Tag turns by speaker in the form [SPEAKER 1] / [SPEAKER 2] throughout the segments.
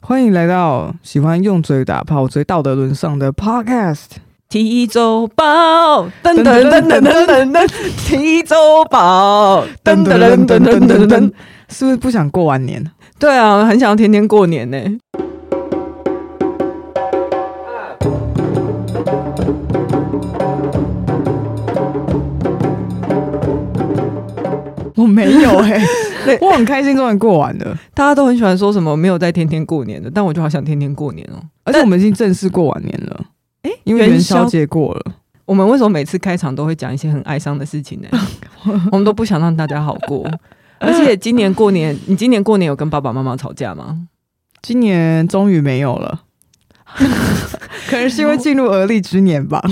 [SPEAKER 1] 欢迎来到喜欢用嘴打炮、嘴道德沦丧的 Podcast。
[SPEAKER 2] 提走宝，噔
[SPEAKER 1] 噔
[SPEAKER 2] 噔
[SPEAKER 1] 噔噔
[SPEAKER 2] 噔噔
[SPEAKER 1] 噔
[SPEAKER 2] 噔噔噔，提走宝，
[SPEAKER 1] 噔噔噔噔
[SPEAKER 2] 噔噔噔噔
[SPEAKER 1] 噔
[SPEAKER 2] 噔
[SPEAKER 1] 噔噔
[SPEAKER 2] 噔噔。，
[SPEAKER 1] 是不是不想过完年？
[SPEAKER 2] 对啊，很想要天天过年呢。
[SPEAKER 1] 我没有哎、
[SPEAKER 2] 对
[SPEAKER 1] 我很开心终于过完了，
[SPEAKER 2] 大家都很喜欢说什么没有在天天过年的，但我就好想天天过年哦。
[SPEAKER 1] 而且我们已经正式过完年了。
[SPEAKER 2] 哎
[SPEAKER 1] 因为元宵节过了，
[SPEAKER 2] 我们为什么每次开场都会讲一些很哀伤的事 情呢？我们都不想让大家好过。而且今年过年，你今年过年有跟爸爸妈妈吵架吗？
[SPEAKER 1] 今年终于没有了。可能是因为进入而立之年 吧。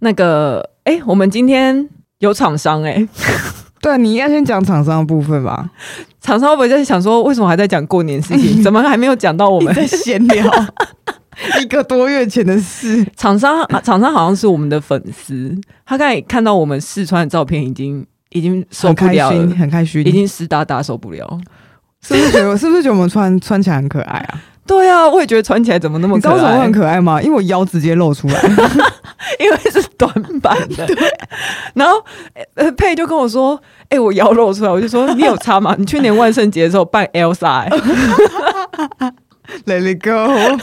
[SPEAKER 2] 那个，哎、我们今天有厂商哎、
[SPEAKER 1] 对，啊你要先讲厂商的部分吧。
[SPEAKER 2] 厂商会不会在想说，为什么还在讲过年 事情？怎么还没有讲到我
[SPEAKER 1] 我
[SPEAKER 2] 们
[SPEAKER 1] 们？在闲聊 一个多月前的事。
[SPEAKER 2] 厂商啊厂商好像是我们的粉丝，他刚才看到我们试穿的照片，已经已经受
[SPEAKER 1] 很
[SPEAKER 2] 不
[SPEAKER 1] 开
[SPEAKER 2] 了了
[SPEAKER 1] 心，，很开心，
[SPEAKER 2] 已经湿哒哒受不了。
[SPEAKER 1] 是不是觉得是不是觉得我们穿穿起来很可爱啊？
[SPEAKER 2] 对啊，我也觉得穿起来怎么那么
[SPEAKER 1] 你知道
[SPEAKER 2] 可
[SPEAKER 1] 为什么
[SPEAKER 2] 爱？
[SPEAKER 1] 会很可爱吗？因为我腰直接露出 来，
[SPEAKER 2] 因为是短版 的。然后呃佩就跟我说：“哎、我腰露出来。”我就说：“你有差吗？你去年万圣节的时候扮 Elsa，、欸、
[SPEAKER 1] Let it go，Let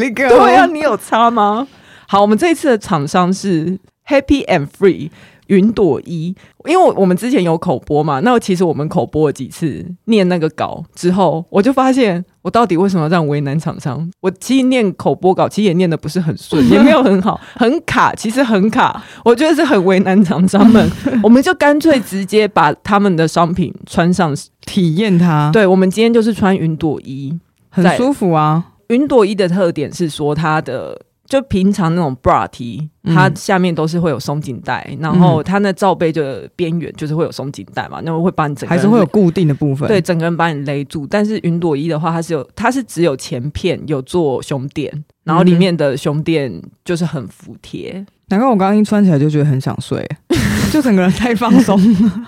[SPEAKER 1] it go。
[SPEAKER 2] 对啊，你有差吗？”好，我们这一次的厂商是 Happy and Free。云朵衣，因为我们之前有口播嘛，那其实我们口播了几次念那个稿之后，我就发现我到底为什么要这样为难厂商？我其实念口播稿，其实也念的不是很顺，也没有很好， 很卡，其实很卡，我觉得是很为难厂商们。我们就干脆直接把他们的商品穿上，
[SPEAKER 1] 体验它，，
[SPEAKER 2] 对我们今天就是穿云朵衣。
[SPEAKER 1] 很
[SPEAKER 2] 在
[SPEAKER 1] 舒服啊。
[SPEAKER 2] 云朵衣的特点是说它的。就平常那种 bra T，
[SPEAKER 1] 嗯
[SPEAKER 2] 它下面都是会有松紧带，然后它那罩杯的边缘就是会有松紧带嘛，那会把你整个
[SPEAKER 1] 还
[SPEAKER 2] 人
[SPEAKER 1] 是会有固定的部分，
[SPEAKER 2] 对，整个人把你勒住。但是云朵衣的话，它是有它是只有前片有做胸垫，然后里
[SPEAKER 1] 嗯
[SPEAKER 2] 面的胸垫就是很服帖，
[SPEAKER 1] 难怪我刚刚一穿起来就觉得很想 睡，就整个人太放松了。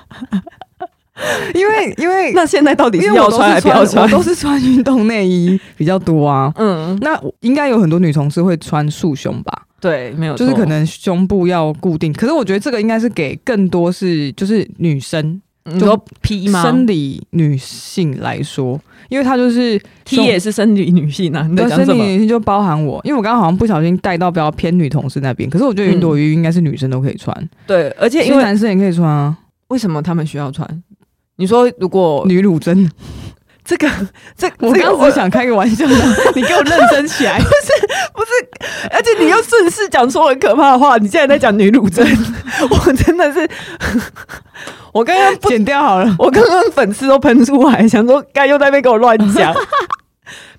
[SPEAKER 1] 因为因为
[SPEAKER 2] 那现在到底
[SPEAKER 1] 嗯因
[SPEAKER 2] 是
[SPEAKER 1] 为
[SPEAKER 2] 要
[SPEAKER 1] 我都
[SPEAKER 2] 穿还
[SPEAKER 1] 是
[SPEAKER 2] 不要
[SPEAKER 1] 我都是穿运动内衣比较多啊。
[SPEAKER 2] 嗯，
[SPEAKER 1] 那我应该有很多女同事会穿束胸吧？
[SPEAKER 2] 对，没有
[SPEAKER 1] 就
[SPEAKER 2] 错，
[SPEAKER 1] 是可能胸部要固定，可是我觉得这个应该是给更多是就是女生
[SPEAKER 2] 你说 P 吗
[SPEAKER 1] 生理女性来说，因为她就是
[SPEAKER 2] ？T 也是生理女性啊，你在
[SPEAKER 1] 对
[SPEAKER 2] 讲
[SPEAKER 1] 生
[SPEAKER 2] 什
[SPEAKER 1] 理
[SPEAKER 2] 么？
[SPEAKER 1] 女性就包含我，因为我刚刚好像不小心带到比较偏女同事那边，可是我觉得云朵鱼应该是女生都可以穿，
[SPEAKER 2] 对，而且
[SPEAKER 1] 其
[SPEAKER 2] 因
[SPEAKER 1] 实
[SPEAKER 2] 为
[SPEAKER 1] 男生也可以穿啊，
[SPEAKER 2] 为什么他们需要穿？你说如果
[SPEAKER 1] 女乳真。
[SPEAKER 2] 这个这
[SPEAKER 1] 我
[SPEAKER 2] 这
[SPEAKER 1] 刚
[SPEAKER 2] 个
[SPEAKER 1] 刚只是想开个玩 笑的，你给我认真起来。
[SPEAKER 2] 而且你又顺势讲出很可怕的话，你现在在讲女乳 症，我真的是，我刚刚不
[SPEAKER 1] 剪掉好了。
[SPEAKER 2] 我刚刚粉丝都喷出来，想说该又在那边给我乱 讲。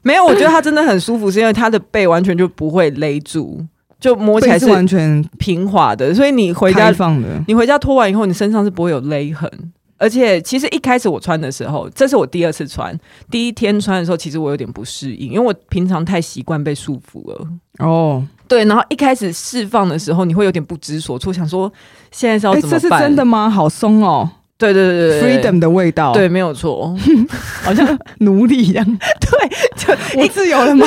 [SPEAKER 2] 没有，我觉得它真的很舒服，是因为它的背完全就不会勒住，就摸起来
[SPEAKER 1] 背
[SPEAKER 2] 是
[SPEAKER 1] 是完全
[SPEAKER 2] 平滑的，所以你回家
[SPEAKER 1] 开放的，
[SPEAKER 2] 你回家脱完以后，你身上是不会有勒痕。而且其实一开始我穿的时候，这是我第二次穿，第一天穿的时候，其实我有点不适应，因为我平常太习惯被束缚了。
[SPEAKER 1] 哦，
[SPEAKER 2] 对，然后一开始释放的时候，你会有点不知所措，想说现在是要
[SPEAKER 1] 哎，
[SPEAKER 2] 怎么
[SPEAKER 1] 这
[SPEAKER 2] 办？
[SPEAKER 1] 是真的？吗？好松哦
[SPEAKER 2] 对对对对对
[SPEAKER 1] ，freedom 的味道，
[SPEAKER 2] 对，，没有错，
[SPEAKER 1] 好像奴隶一样。
[SPEAKER 2] 就
[SPEAKER 1] 我
[SPEAKER 2] 一
[SPEAKER 1] 自由了吗？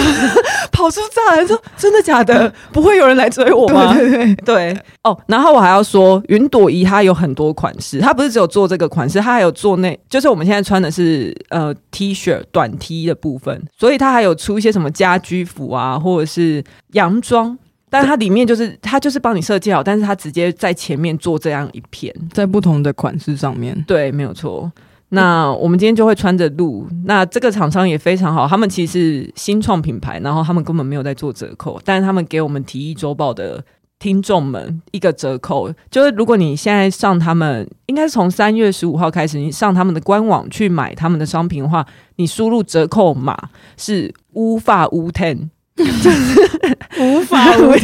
[SPEAKER 2] 跑出栅栏说：“真的假的？不会有人来追我啊吗？”
[SPEAKER 1] 对对对，
[SPEAKER 2] 对哦，然后我还要说，云朵衣它有很多款式，它不是只有做这个款式，它还有做那，就是我们现在穿的是呃 T 恤短 T 的部分，所以它还有出一些什么家居服啊，或者是洋装，但它里面就是它就是帮你设计好，但是它直接在前面做这样一片，
[SPEAKER 1] 在不同的款式上面，
[SPEAKER 2] 对，没有错。那我们今天就会穿着录，那这个厂商也非常好，他们其实是新创品牌，然后他们根本没有在做折扣，但是他们给我们提议周报的听众们一个折扣，就是如果你现在上他们，应该是从三月十五号开始，你上他们的官网去买他们的商品的话，你输入折扣码是乌发乌 ten
[SPEAKER 1] 无
[SPEAKER 2] 法无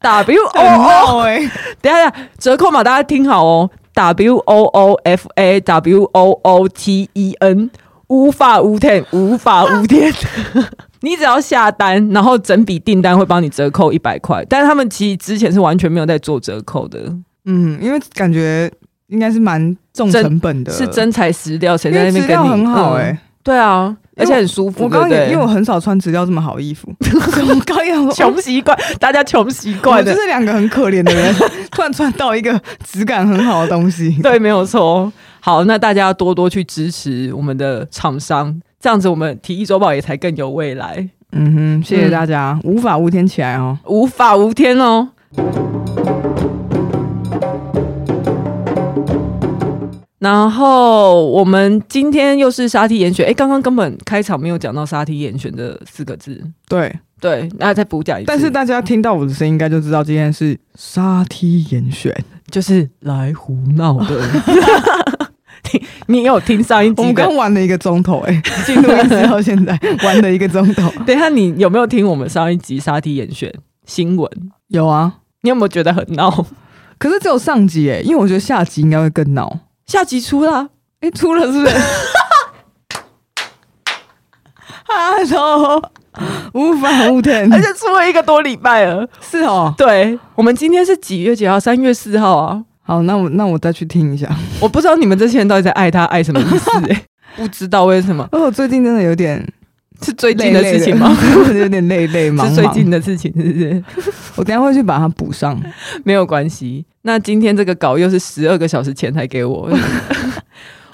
[SPEAKER 2] W O
[SPEAKER 1] 很
[SPEAKER 2] O
[SPEAKER 1] 好哎，
[SPEAKER 2] 等一下，等一下折扣码大家听好哦，W O O F A W O O T E N，无法无天，无法无天。 你只要下单，然后整笔订单会帮你折扣一百块，但是他们其实之前是完全没有在做折扣的，
[SPEAKER 1] 嗯，因为感觉应该是蛮重成本的，
[SPEAKER 2] 是真材实料，谁
[SPEAKER 1] 因
[SPEAKER 2] 在
[SPEAKER 1] 为
[SPEAKER 2] 那
[SPEAKER 1] 资
[SPEAKER 2] 边跟
[SPEAKER 1] 料
[SPEAKER 2] 你嗯
[SPEAKER 1] 很好哎、
[SPEAKER 2] 嗯对啊，而且很舒服。
[SPEAKER 1] 我刚刚
[SPEAKER 2] 对不
[SPEAKER 1] 也
[SPEAKER 2] 对
[SPEAKER 1] 因为我很少穿质量这么好的衣 服，所以我刚刚也想说，
[SPEAKER 2] 穷习惯，大家穷习
[SPEAKER 1] 我
[SPEAKER 2] 惯
[SPEAKER 1] 就
[SPEAKER 2] 的，
[SPEAKER 1] 是两个很可怜的人， 突然穿到一个质感很好的东西。
[SPEAKER 2] 对，没有错。好，那大家要多多去支持我们的厂商，这样子我们体育周报也才更有未来，
[SPEAKER 1] 嗯哼，谢谢大家，无法无天起来哦。
[SPEAKER 2] 无法无天哦。然后我们今天又是沙 T 严选，哎，刚刚根本开场没有讲到沙 T 严选这四个字，
[SPEAKER 1] 对，
[SPEAKER 2] 对，那再补讲一次，
[SPEAKER 1] 但是大家听到我的声音，应该就知道今天是沙梯严选。
[SPEAKER 2] 就是来胡闹 的。你你有听上一
[SPEAKER 1] 我
[SPEAKER 2] 集
[SPEAKER 1] 们
[SPEAKER 2] 的
[SPEAKER 1] 刚？玩了一个钟头、 哎，进录音室到现在玩了一个钟头。
[SPEAKER 2] 等一下，你有没有听我们上一集沙 T 严选新闻？
[SPEAKER 1] 有啊，
[SPEAKER 2] 你有没有觉得很闹？
[SPEAKER 1] 可是只有上集哎、因为我觉得下集应该会更闹。
[SPEAKER 2] 下集出啦，
[SPEAKER 1] 哎、出了是不是？Hello，无法无天，
[SPEAKER 2] 而且出了一个多礼拜了。
[SPEAKER 1] 哎是哦。
[SPEAKER 2] 对我们今天是几月几号？三月四号啊！
[SPEAKER 1] 好，那我那我再去听一下。
[SPEAKER 2] 我不知道你们这些人到底在爱他爱什么意思、 欸，不知道为什么
[SPEAKER 1] 哦而且我最近真的有点
[SPEAKER 2] 是最近的事情吗？
[SPEAKER 1] 累累的 有点累累忙
[SPEAKER 2] 是
[SPEAKER 1] 忙。
[SPEAKER 2] 最近的事情，是不是？
[SPEAKER 1] 我等一下会去把它补上。
[SPEAKER 2] 没有关系。那今天这个稿又是十二个小时前才给我，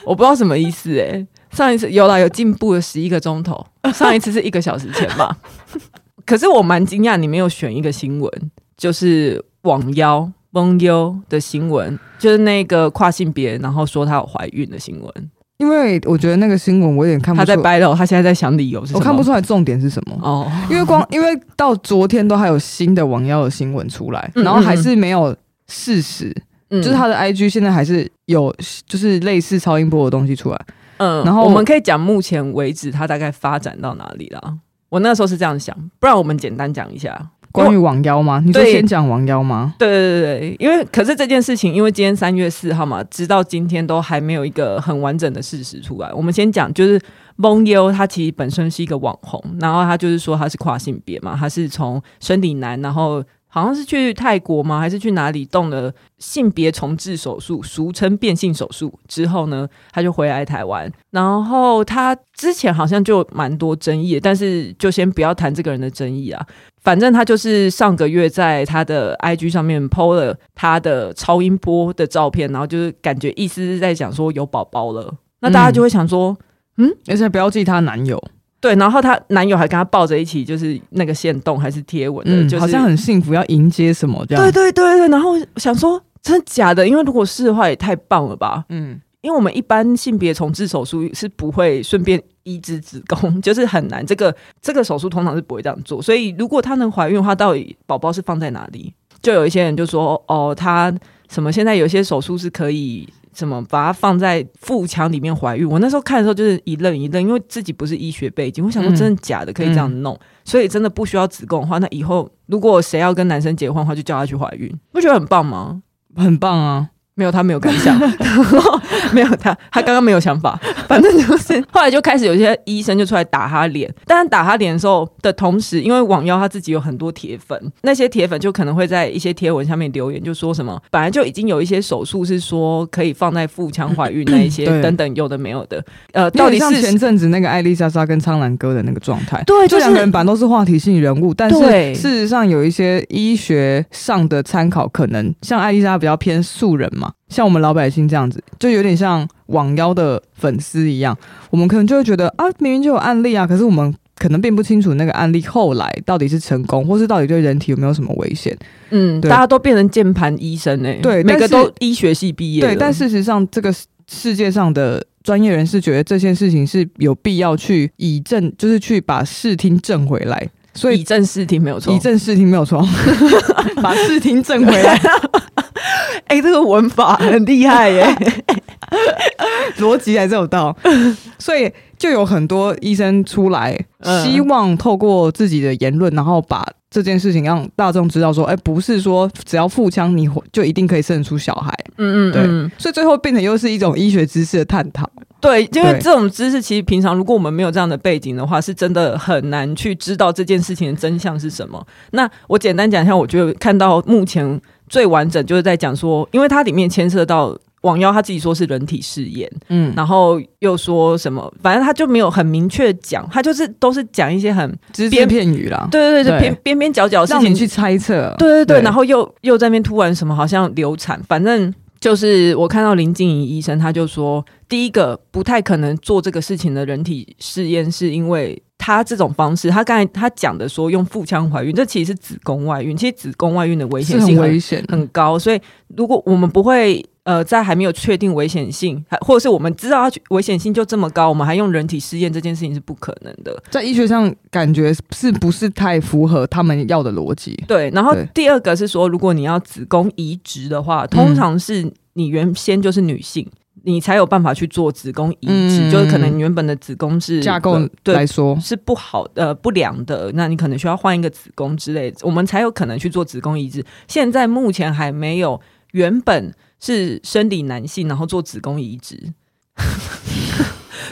[SPEAKER 2] 我不知道什么意思哎、上一次有啦，有进步了十一个钟头，上一次是一个小时前吧。 可是我蛮惊讶，你没有选一个新闻，就是网妖蒙优的新闻，就是那个跨性别，然后说她有怀孕的新闻。
[SPEAKER 1] 因为我觉得那个新闻我有点看不
[SPEAKER 2] 她
[SPEAKER 1] 出
[SPEAKER 2] 在 battle，她现在在想理由是什么？
[SPEAKER 1] 我看不出来重点是什么。
[SPEAKER 2] 哦，
[SPEAKER 1] 因为光因为到昨天都还有新的网妖的新闻出来，
[SPEAKER 2] 嗯
[SPEAKER 1] 然后还是没有事实，
[SPEAKER 2] 嗯
[SPEAKER 1] 就是他的 IG 现在还是有就是类似超音波的东西出来。
[SPEAKER 2] 嗯，
[SPEAKER 1] 然后
[SPEAKER 2] 我们可以讲目前为止它大概发展到哪里啦。我那时候是这样想，不然我们简单讲一下。
[SPEAKER 1] 关于网妖吗？你说
[SPEAKER 2] 对
[SPEAKER 1] 先讲网妖吗？
[SPEAKER 2] 对对对对，因为可是这件事情，因为今天三月四号嘛，直到今天都还没有一个很完整的事实出来。我们先讲，就是蒙优他其实本身是一个网红，然后他就是说他是跨性别嘛，他是从生理男，然后好像是去泰国吗，还是去哪里动了性别重置手术，俗称变性手术之后呢，他就回来台湾。然后他之前好像就蛮多争议的，但是就先不要谈这个人的争议啊。反正他就是上个月在他的 IG 上面 PO 了他的超音波的照片，然后就是感觉意思是在讲说有宝宝了，那大家就会想说，
[SPEAKER 1] 而且标记她男友，
[SPEAKER 2] 对，然后她男友还跟她抱着一起，就是那个线动还是贴文的，
[SPEAKER 1] 嗯，
[SPEAKER 2] 就是
[SPEAKER 1] 好像很幸福，要迎接什么这样。
[SPEAKER 2] 对对对对，然后想说真的假的，因为如果是的话也太棒了吧，
[SPEAKER 1] 嗯，
[SPEAKER 2] 因为我们一般性别重置手术是不会顺便移植子宫， 就是很难。这个这个手术通常是不会这样做，所以如果她能怀孕的话，到底宝宝是放在哪里？就有一些人就说，哦，她什么现在有些手术是可以什么把它放在腹腔里面怀孕。我那时候看的时候就是一愣一愣，因为自己不是医学背景，我想说
[SPEAKER 1] 嗯
[SPEAKER 2] 真的假的可以这样弄，所以真的不需要子宫的话，那以后如果谁要跟男生结婚的话，就叫他去怀孕，不觉得很棒吗？
[SPEAKER 1] 很棒啊。
[SPEAKER 2] 没有，他没有感 想，没有他，他刚刚没有想法，反正就是后来就开始有一些医生就出来打他脸，但是打他脸的时候的同时，因为网妖他自己有很多铁粉，那些铁粉就可能会在一些贴文下面留言，就说什么本来就已经有一些手术是说可以放在腹腔怀孕那一些
[SPEAKER 1] 嗯对
[SPEAKER 2] 等等有的没有的，呃，
[SPEAKER 1] 有
[SPEAKER 2] 到底
[SPEAKER 1] 点像
[SPEAKER 2] 是
[SPEAKER 1] 前阵子那个艾丽莎莎跟苍兰哥的那个状态，
[SPEAKER 2] 对
[SPEAKER 1] 这
[SPEAKER 2] 哎就是
[SPEAKER 1] 两个人本来都是话题性人物，但
[SPEAKER 2] 对
[SPEAKER 1] 是事实上有一些医学上的参考，可能像艾丽莎比较偏素人嘛，像我们老百姓这样子，就有点像网妖的粉丝一样，我们可能就会觉得啊，明明就有案例啊，可是我们。可能并不清楚那个案例后来到底是成功，或是到底对人体有没有什么危险。
[SPEAKER 2] 嗯，
[SPEAKER 1] 对
[SPEAKER 2] 大家都变成键盘医生哎、
[SPEAKER 1] 对
[SPEAKER 2] 每个
[SPEAKER 1] 但是
[SPEAKER 2] 都医学系毕业的，
[SPEAKER 1] 对，但事实上，这个世世界上的专业人士觉得这件事情是有必要去以证，就是去把视听证回来。所
[SPEAKER 2] 以
[SPEAKER 1] 以
[SPEAKER 2] 正视听没有错
[SPEAKER 1] 以，证视听没有错，把视听证回来，
[SPEAKER 2] 哎、这个文法很厉害耶、
[SPEAKER 1] 逻辑还是有 道。所以就有很多医生出来，
[SPEAKER 2] 嗯
[SPEAKER 1] 希望透过自己的言论，然后把。这件事情让大众知道，说，哎、不是说只要腹腔你就一定可以生得出小孩，
[SPEAKER 2] 嗯嗯，
[SPEAKER 1] 对
[SPEAKER 2] 嗯
[SPEAKER 1] 所以最后变成又是一种医学知识的探讨。
[SPEAKER 2] 对，因为
[SPEAKER 1] 对
[SPEAKER 2] 这种知识其实平常如果我们没有这样的背景的话，是真的很难去知道这件事情的真相是什么。那我简单讲一下，我觉得看到目前最完整就是在讲说，因为它里面牵涉到网妖他自己说是人体试验，
[SPEAKER 1] 嗯，
[SPEAKER 2] 然后又说什么，反正他就没有很明确讲，他就是都是讲一些很
[SPEAKER 1] 只
[SPEAKER 2] 边
[SPEAKER 1] 是片语啦，
[SPEAKER 2] 对对对，就
[SPEAKER 1] 对
[SPEAKER 2] 边边边角角的事
[SPEAKER 1] 让
[SPEAKER 2] 情
[SPEAKER 1] 你去猜测，
[SPEAKER 2] 对对对，
[SPEAKER 1] 对
[SPEAKER 2] 然后又又在那边突然什么好像流产，反正就是我看到林静怡医生，他就说，第一个不太可能做这个事情的人体试验，是因为他这种方式，他刚才他讲的说用腹腔怀孕，这其实是子宫外孕，其实子宫外孕的危
[SPEAKER 1] 是
[SPEAKER 2] 险
[SPEAKER 1] 很
[SPEAKER 2] 性
[SPEAKER 1] 危
[SPEAKER 2] 很
[SPEAKER 1] 险嗯的。
[SPEAKER 2] 很高，所以如果我们不会。呃，在还没有确定危险性，还或者是我们知道它危险性就这么高，我们还用人体试验这件事情是不可能的。
[SPEAKER 1] 在医学上，感觉是不是太符合他们要的逻辑？
[SPEAKER 2] 对，然后
[SPEAKER 1] 对
[SPEAKER 2] 第二个是说，如果你要子宫移植的话，通
[SPEAKER 1] 嗯
[SPEAKER 2] 常是你原先就是女性，你才有办法去做子宫移植，
[SPEAKER 1] 嗯
[SPEAKER 2] 就是可能你原本的子宫是呃
[SPEAKER 1] 架构来
[SPEAKER 2] 对。
[SPEAKER 1] 说，
[SPEAKER 2] 是不好的、呃不良的，那你可能需要换一个子宫之类的，我们才有可能去做子宫移植。现在目前还没有原本是生理男性，然后做子宫移植。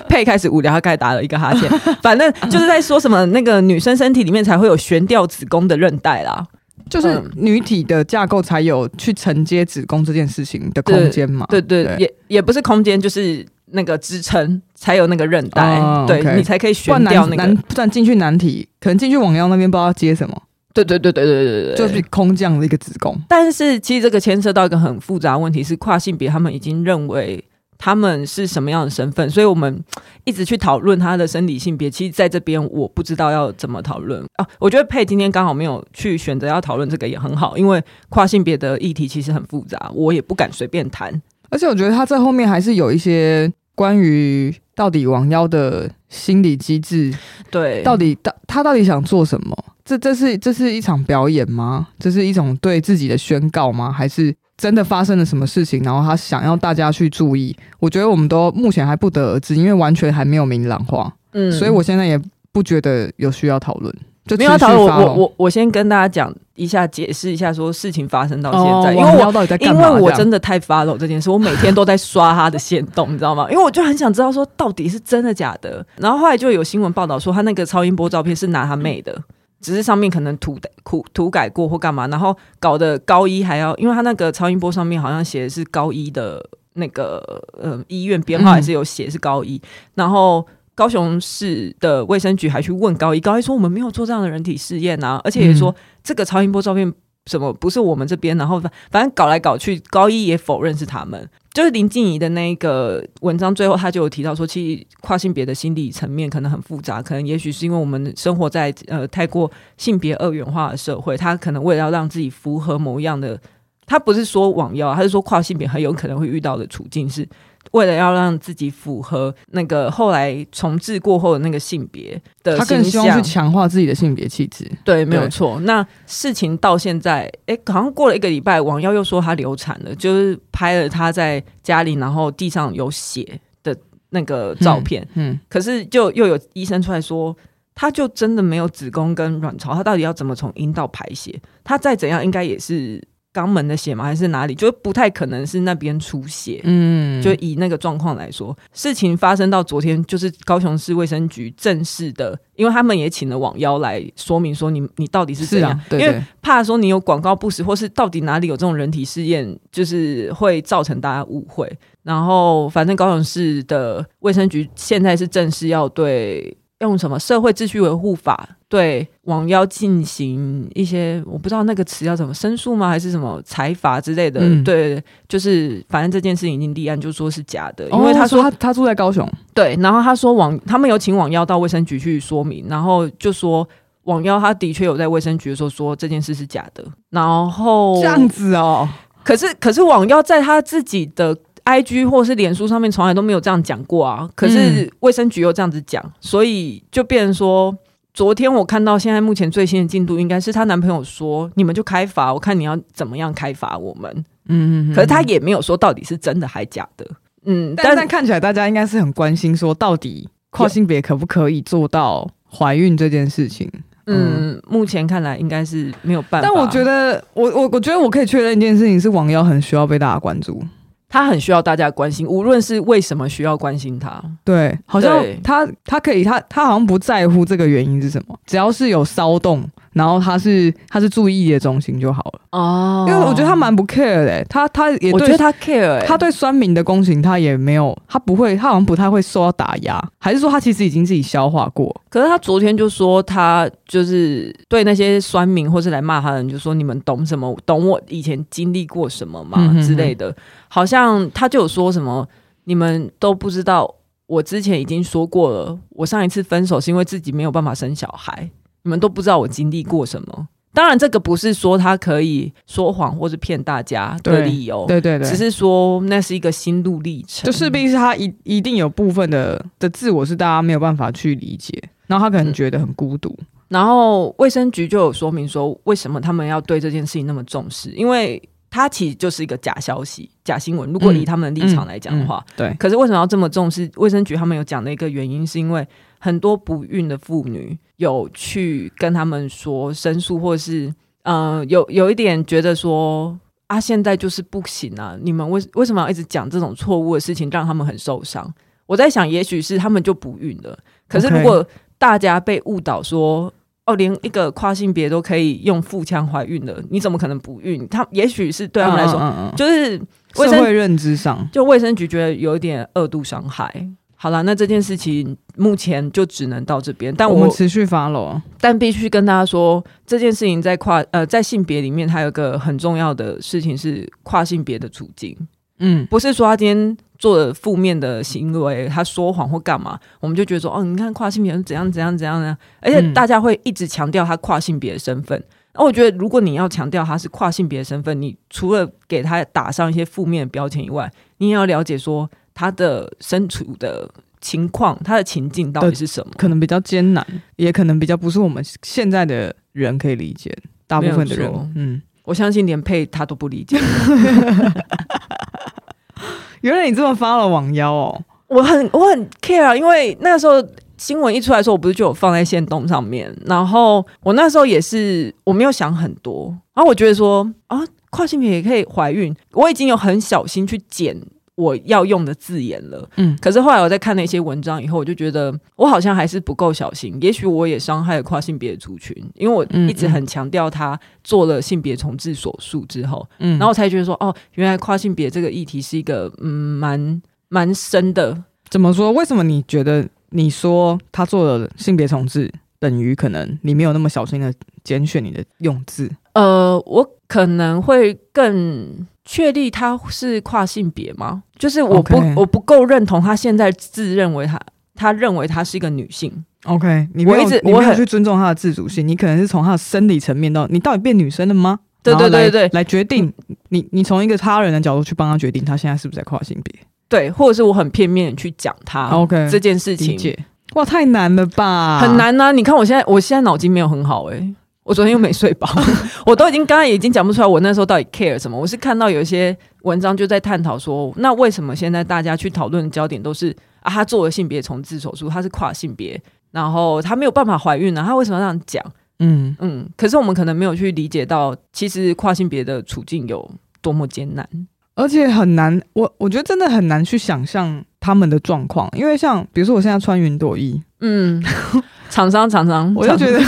[SPEAKER 2] 佩开始无聊，他开始打了一个哈欠，反正就是在说什么那个女生身体里面才会有悬吊子宫的韧带啦，
[SPEAKER 1] 就是
[SPEAKER 2] 嗯
[SPEAKER 1] 女体的架构才有去承接子宫这件事情的空间嘛？
[SPEAKER 2] 对对，
[SPEAKER 1] 对
[SPEAKER 2] 也也不是空间，就是那个支撑才有那个韧带，
[SPEAKER 1] 哦
[SPEAKER 2] 对
[SPEAKER 1] OK
[SPEAKER 2] 你才可以
[SPEAKER 1] 不然
[SPEAKER 2] 悬掉
[SPEAKER 1] 男
[SPEAKER 2] 那
[SPEAKER 1] 男
[SPEAKER 2] 个。
[SPEAKER 1] 不然进去男体，可能进去网腰那边不知道接什么，
[SPEAKER 2] 对对对对对对对，
[SPEAKER 1] 就是。空降的一个子宫。
[SPEAKER 2] 但是其实这个牵涉到一个很复杂的问题，是跨性别他们已经认为他们是什么样的身份，所以我们一直去讨论他的生理性别。其实在这边我不知道要怎么讨论啊。我觉得佩今天刚好没有去选择要讨论这个也很好，因为跨性别的议题其实很复杂，我也不敢随便谈。
[SPEAKER 1] 而且我觉得他在后面还是有一些关于到底王妖的心理机制，
[SPEAKER 2] 对，
[SPEAKER 1] 到底到他到底想做什么？这这是这是一场表演吗？这是一种对自己的宣告吗？还是真的发生了什么事情，然后他想要大家去注意？我觉得我们都目前还不得而知，因为完全还没有明朗化，
[SPEAKER 2] 嗯
[SPEAKER 1] 所以我现在也不觉得有需要讨论。就
[SPEAKER 2] 没有啊讨论，
[SPEAKER 1] 持续
[SPEAKER 2] 我
[SPEAKER 1] 发
[SPEAKER 2] 我
[SPEAKER 1] 咯
[SPEAKER 2] 我我先跟大家讲一下，解释一下说事情发生到现
[SPEAKER 1] 哦
[SPEAKER 2] 在，因
[SPEAKER 1] 王
[SPEAKER 2] 为
[SPEAKER 1] 妖
[SPEAKER 2] 我。
[SPEAKER 1] 到底在干
[SPEAKER 2] 因
[SPEAKER 1] 嘛？
[SPEAKER 2] 为我
[SPEAKER 1] 这样
[SPEAKER 2] 真的太 follow 这件事，我每天都在刷他的线动，你 知道吗？因为我就很想知道说到底是真的假的。然后后来就有新闻报道说，他那个超音波照片是拿他妹的，只是上面可能涂涂涂改过或干嘛，然后搞得高一还要，因为他那个超音波上面好像写的是高一的那个呃医院编号还
[SPEAKER 1] 嗯
[SPEAKER 2] 是有写是高一，然后高雄市的卫生局还去问高一，高一说我们没有做这样的人体试验啊，而且也说、这个超音波照片什么不是我们这边，然后反反正搞来搞去，高一也否认是他们。就是林静怡的那个文章，最后他就有提到说，其实跨性别的心理层面可能很复杂，可能也许是因为我们生活在呃太过性别二元化的社会，他可能为了要让自己符合某一样的，他不是说网妖啊，他是说跨性别很有可能会遇到的处境是。为了要让自己符合那个后来重置过后的那个性别的
[SPEAKER 1] 他更
[SPEAKER 2] 形
[SPEAKER 1] 希望
[SPEAKER 2] 象
[SPEAKER 1] 去强化自己的性别气质。
[SPEAKER 2] 对，没有
[SPEAKER 1] 对
[SPEAKER 2] 错。那事情到现在，哎，好像过了一个礼拜，王耀又说她流产了，就是拍了她在家里，然后地上有血的那个照片。
[SPEAKER 1] 嗯，
[SPEAKER 2] 可是就又有医生出来说，她就真的没有子宫跟卵巢，她到底要怎么从阴道排血？她再怎样，应该也是肛门的血吗？还是哪里？就是不太可能是那边出血。
[SPEAKER 1] 嗯，
[SPEAKER 2] 就以那个状况来说，事情发生到昨天，就是高雄市卫生局正式的，因为他们也请了网妖来说明说你你到底是
[SPEAKER 1] 是
[SPEAKER 2] 怎样，
[SPEAKER 1] 啊，对
[SPEAKER 2] 因为
[SPEAKER 1] 对，
[SPEAKER 2] 怕说你有广告不实，或是到底哪里有这种人体试验，就是会造成大家误会。然后，反正高雄市的卫生局现在是正式要对用什么社会秩序维护法对网妖进行一些我不知道那个词要怎么申诉吗？还是什么裁罚之类的？
[SPEAKER 1] 嗯
[SPEAKER 2] 对，就是反正这件事情已经立案，就说是假的，因
[SPEAKER 1] 哦
[SPEAKER 2] 为他说哦
[SPEAKER 1] 他他住在高雄，
[SPEAKER 2] 对，然后他说网他们有请网妖到卫生局去说明，然后就说网妖他的确有在卫生局的时候说这件事是假的，然后
[SPEAKER 1] 这样子哦，
[SPEAKER 2] 可是可是网妖在他自己的 IG 或是脸书上面从来都没有这样讲过啊，可是卫生局又这样子讲，所以就变成说。昨天我看到现在目前最新的进度，应该是她男朋友说：“你们就开罚，我看你要怎么样开罚我们。
[SPEAKER 1] 嗯，”
[SPEAKER 2] 可是他也没有说到底是真的还假的。嗯，
[SPEAKER 1] 但但看起来大家应该是很关心，说到底跨性别可不可以做到怀孕这件事情？
[SPEAKER 2] 嗯，目前看来应该是没有办法。
[SPEAKER 1] 但我觉
[SPEAKER 2] 得
[SPEAKER 1] 得，我我我觉得我可以确认一件事情是，网妖很需要被大家关注。
[SPEAKER 2] 他很需要大家关心，无论是为什么需要关心他。
[SPEAKER 1] 对，好像
[SPEAKER 2] 对
[SPEAKER 1] 他他可以，他他好像不在乎这个原因是什么，只要是有骚动，然后他是他是注意力的中心就好了，
[SPEAKER 2] 哦
[SPEAKER 1] 因为我觉得他，蛮不 care 的、欸他他也
[SPEAKER 2] 我觉得
[SPEAKER 1] 对。
[SPEAKER 2] 他 care，、欸、
[SPEAKER 1] 他对酸民的攻行，他也没有，他不会，他好像不太会受到打压，还是说他其实已经自己消化过？
[SPEAKER 2] 可是他昨天就说，他就是对那些酸民或是来骂他的人，就说你们懂什么？懂我以前经历过什么吗？
[SPEAKER 1] 嗯哼哼
[SPEAKER 2] 之类的。好像他就有说什么，你们都不知道，我之前已经说过了，我上一次分手是因为自己没有办法生小孩，你们都不知道我经历过什么。当然，这个不是说他可以说谎或是骗大家的
[SPEAKER 1] 对
[SPEAKER 2] 理由，
[SPEAKER 1] 对对对，
[SPEAKER 2] 只是说那是一个心路历程，
[SPEAKER 1] 就势必是他一一定有部分的的自我是大家没有办法去理解，然后他可能觉得很孤独。
[SPEAKER 2] 然后卫生局就有说明说，为什么他们要对这件事情那么重视，因为它其实就是一个假消息、假新闻。如果以他们的立场来讲的话，
[SPEAKER 1] 嗯对，
[SPEAKER 2] 可是为什么要这么重视？卫生局他们有讲的一个原因，是因为很多不孕的妇女有去跟他们说申诉，或是呃，有有一点觉得说。啊，现在就是不行啊！你们为为什么要一直讲这种错误的事情，让他们很受伤？我在想，也许是他们就不孕了。可是
[SPEAKER 1] OK
[SPEAKER 2] 如果大家被误导说，哦，连一个跨性别都可以用腹腔怀孕了，你怎么可能不孕？他也许是对他们来说，
[SPEAKER 1] 嗯嗯嗯
[SPEAKER 2] 就是卫
[SPEAKER 1] 嗯
[SPEAKER 2] 生
[SPEAKER 1] 社会认知上，
[SPEAKER 2] 就卫生局觉得有一点二度伤害。好啦，那这件事情目前就只能到这边，但
[SPEAKER 1] 我
[SPEAKER 2] 我
[SPEAKER 1] 们持续 follow。啊
[SPEAKER 2] 但必须跟大家说，这件事情在跨呃在性别里面，它有一个很重要的事情是跨性别的处境，
[SPEAKER 1] 嗯，
[SPEAKER 2] 不是说他今天做了负面的行为，他说谎或干嘛，我们就觉得说哦，你看跨性别人怎样怎样怎样呢？而且
[SPEAKER 1] 嗯
[SPEAKER 2] 大家会一直强调他跨性别的身份。那我觉得，如果你要强调他是跨性别的身份，你除了给他打上一些负面的标签以外，你也要了解说他的身处的情况，他的情境到底是什么。
[SPEAKER 1] 可能比较艰难，也可能比较不是我们现在的人可以理解，大部分的
[SPEAKER 2] 没有错
[SPEAKER 1] 人，嗯。
[SPEAKER 2] 我相信连佩他都不理解。
[SPEAKER 1] 原来你这么 follow 网腰哦，
[SPEAKER 2] 我很我很 care，啊因为那个时候新闻一出来的时候，我不是就有放在线动上面，然后我那时候也是我没有想很多，然后我觉得说啊，跨性别也可以怀孕，我已经有很小心去剪我要用的字眼了，
[SPEAKER 1] 嗯
[SPEAKER 2] 可是后来我在看那些文章以后，我就觉得我好像还是不够小心，也许我也伤害了跨性别的族群，因为我
[SPEAKER 1] 嗯
[SPEAKER 2] 一直很强调他做了性别重置手术之后，
[SPEAKER 1] 嗯，
[SPEAKER 2] 然后我才觉得说哦，原来跨性别这个议题是一个嗯蛮蛮深的。
[SPEAKER 1] 怎么说？为什么你觉得你说他做了性别重置，等于可能你没有那么小心的拣选你的用字？
[SPEAKER 2] 呃，我可能会更确立他是跨性别吗？就是我不
[SPEAKER 1] OK
[SPEAKER 2] 我不够认同他现在自认为他他认为他是一个女性。
[SPEAKER 1] OK，你没有
[SPEAKER 2] 我一直
[SPEAKER 1] 你没
[SPEAKER 2] 我
[SPEAKER 1] 有
[SPEAKER 2] 很
[SPEAKER 1] 去尊重他的自主性，你可能是从他的生理层面到你到底变女生了吗？
[SPEAKER 2] 对对
[SPEAKER 1] 然后来
[SPEAKER 2] 对对
[SPEAKER 1] 来决定你你从一个他人的角度去帮他决定他现在是不是在跨性别。啊
[SPEAKER 2] 对，或者是我很片面地去讲他
[SPEAKER 1] OK，
[SPEAKER 2] 这件事
[SPEAKER 1] 理
[SPEAKER 2] 情，
[SPEAKER 1] 解。哇，太难了吧？
[SPEAKER 2] 很。难呐、你看我现在，我现在脑筋没有很好诶、欸我昨天又没睡 饱，我都已经刚刚已经讲不出来我那时候到底 care 什么。我是看到有一些文章就在探讨说，那为什么现在大家去讨论的焦点都是啊，他做了性别重置手术，他是跨性别，然后他没有办法怀孕啊，他为什么要这样讲？
[SPEAKER 1] 嗯，
[SPEAKER 2] 嗯，可是我们可能没有去理解到，其实跨性别的处境有多么艰难。
[SPEAKER 1] 而且很难，我我觉得真的很难去想象他们的状况，因为像比如说我现在穿云朵衣，
[SPEAKER 2] 嗯， 厂商厂商，
[SPEAKER 1] 我就觉得，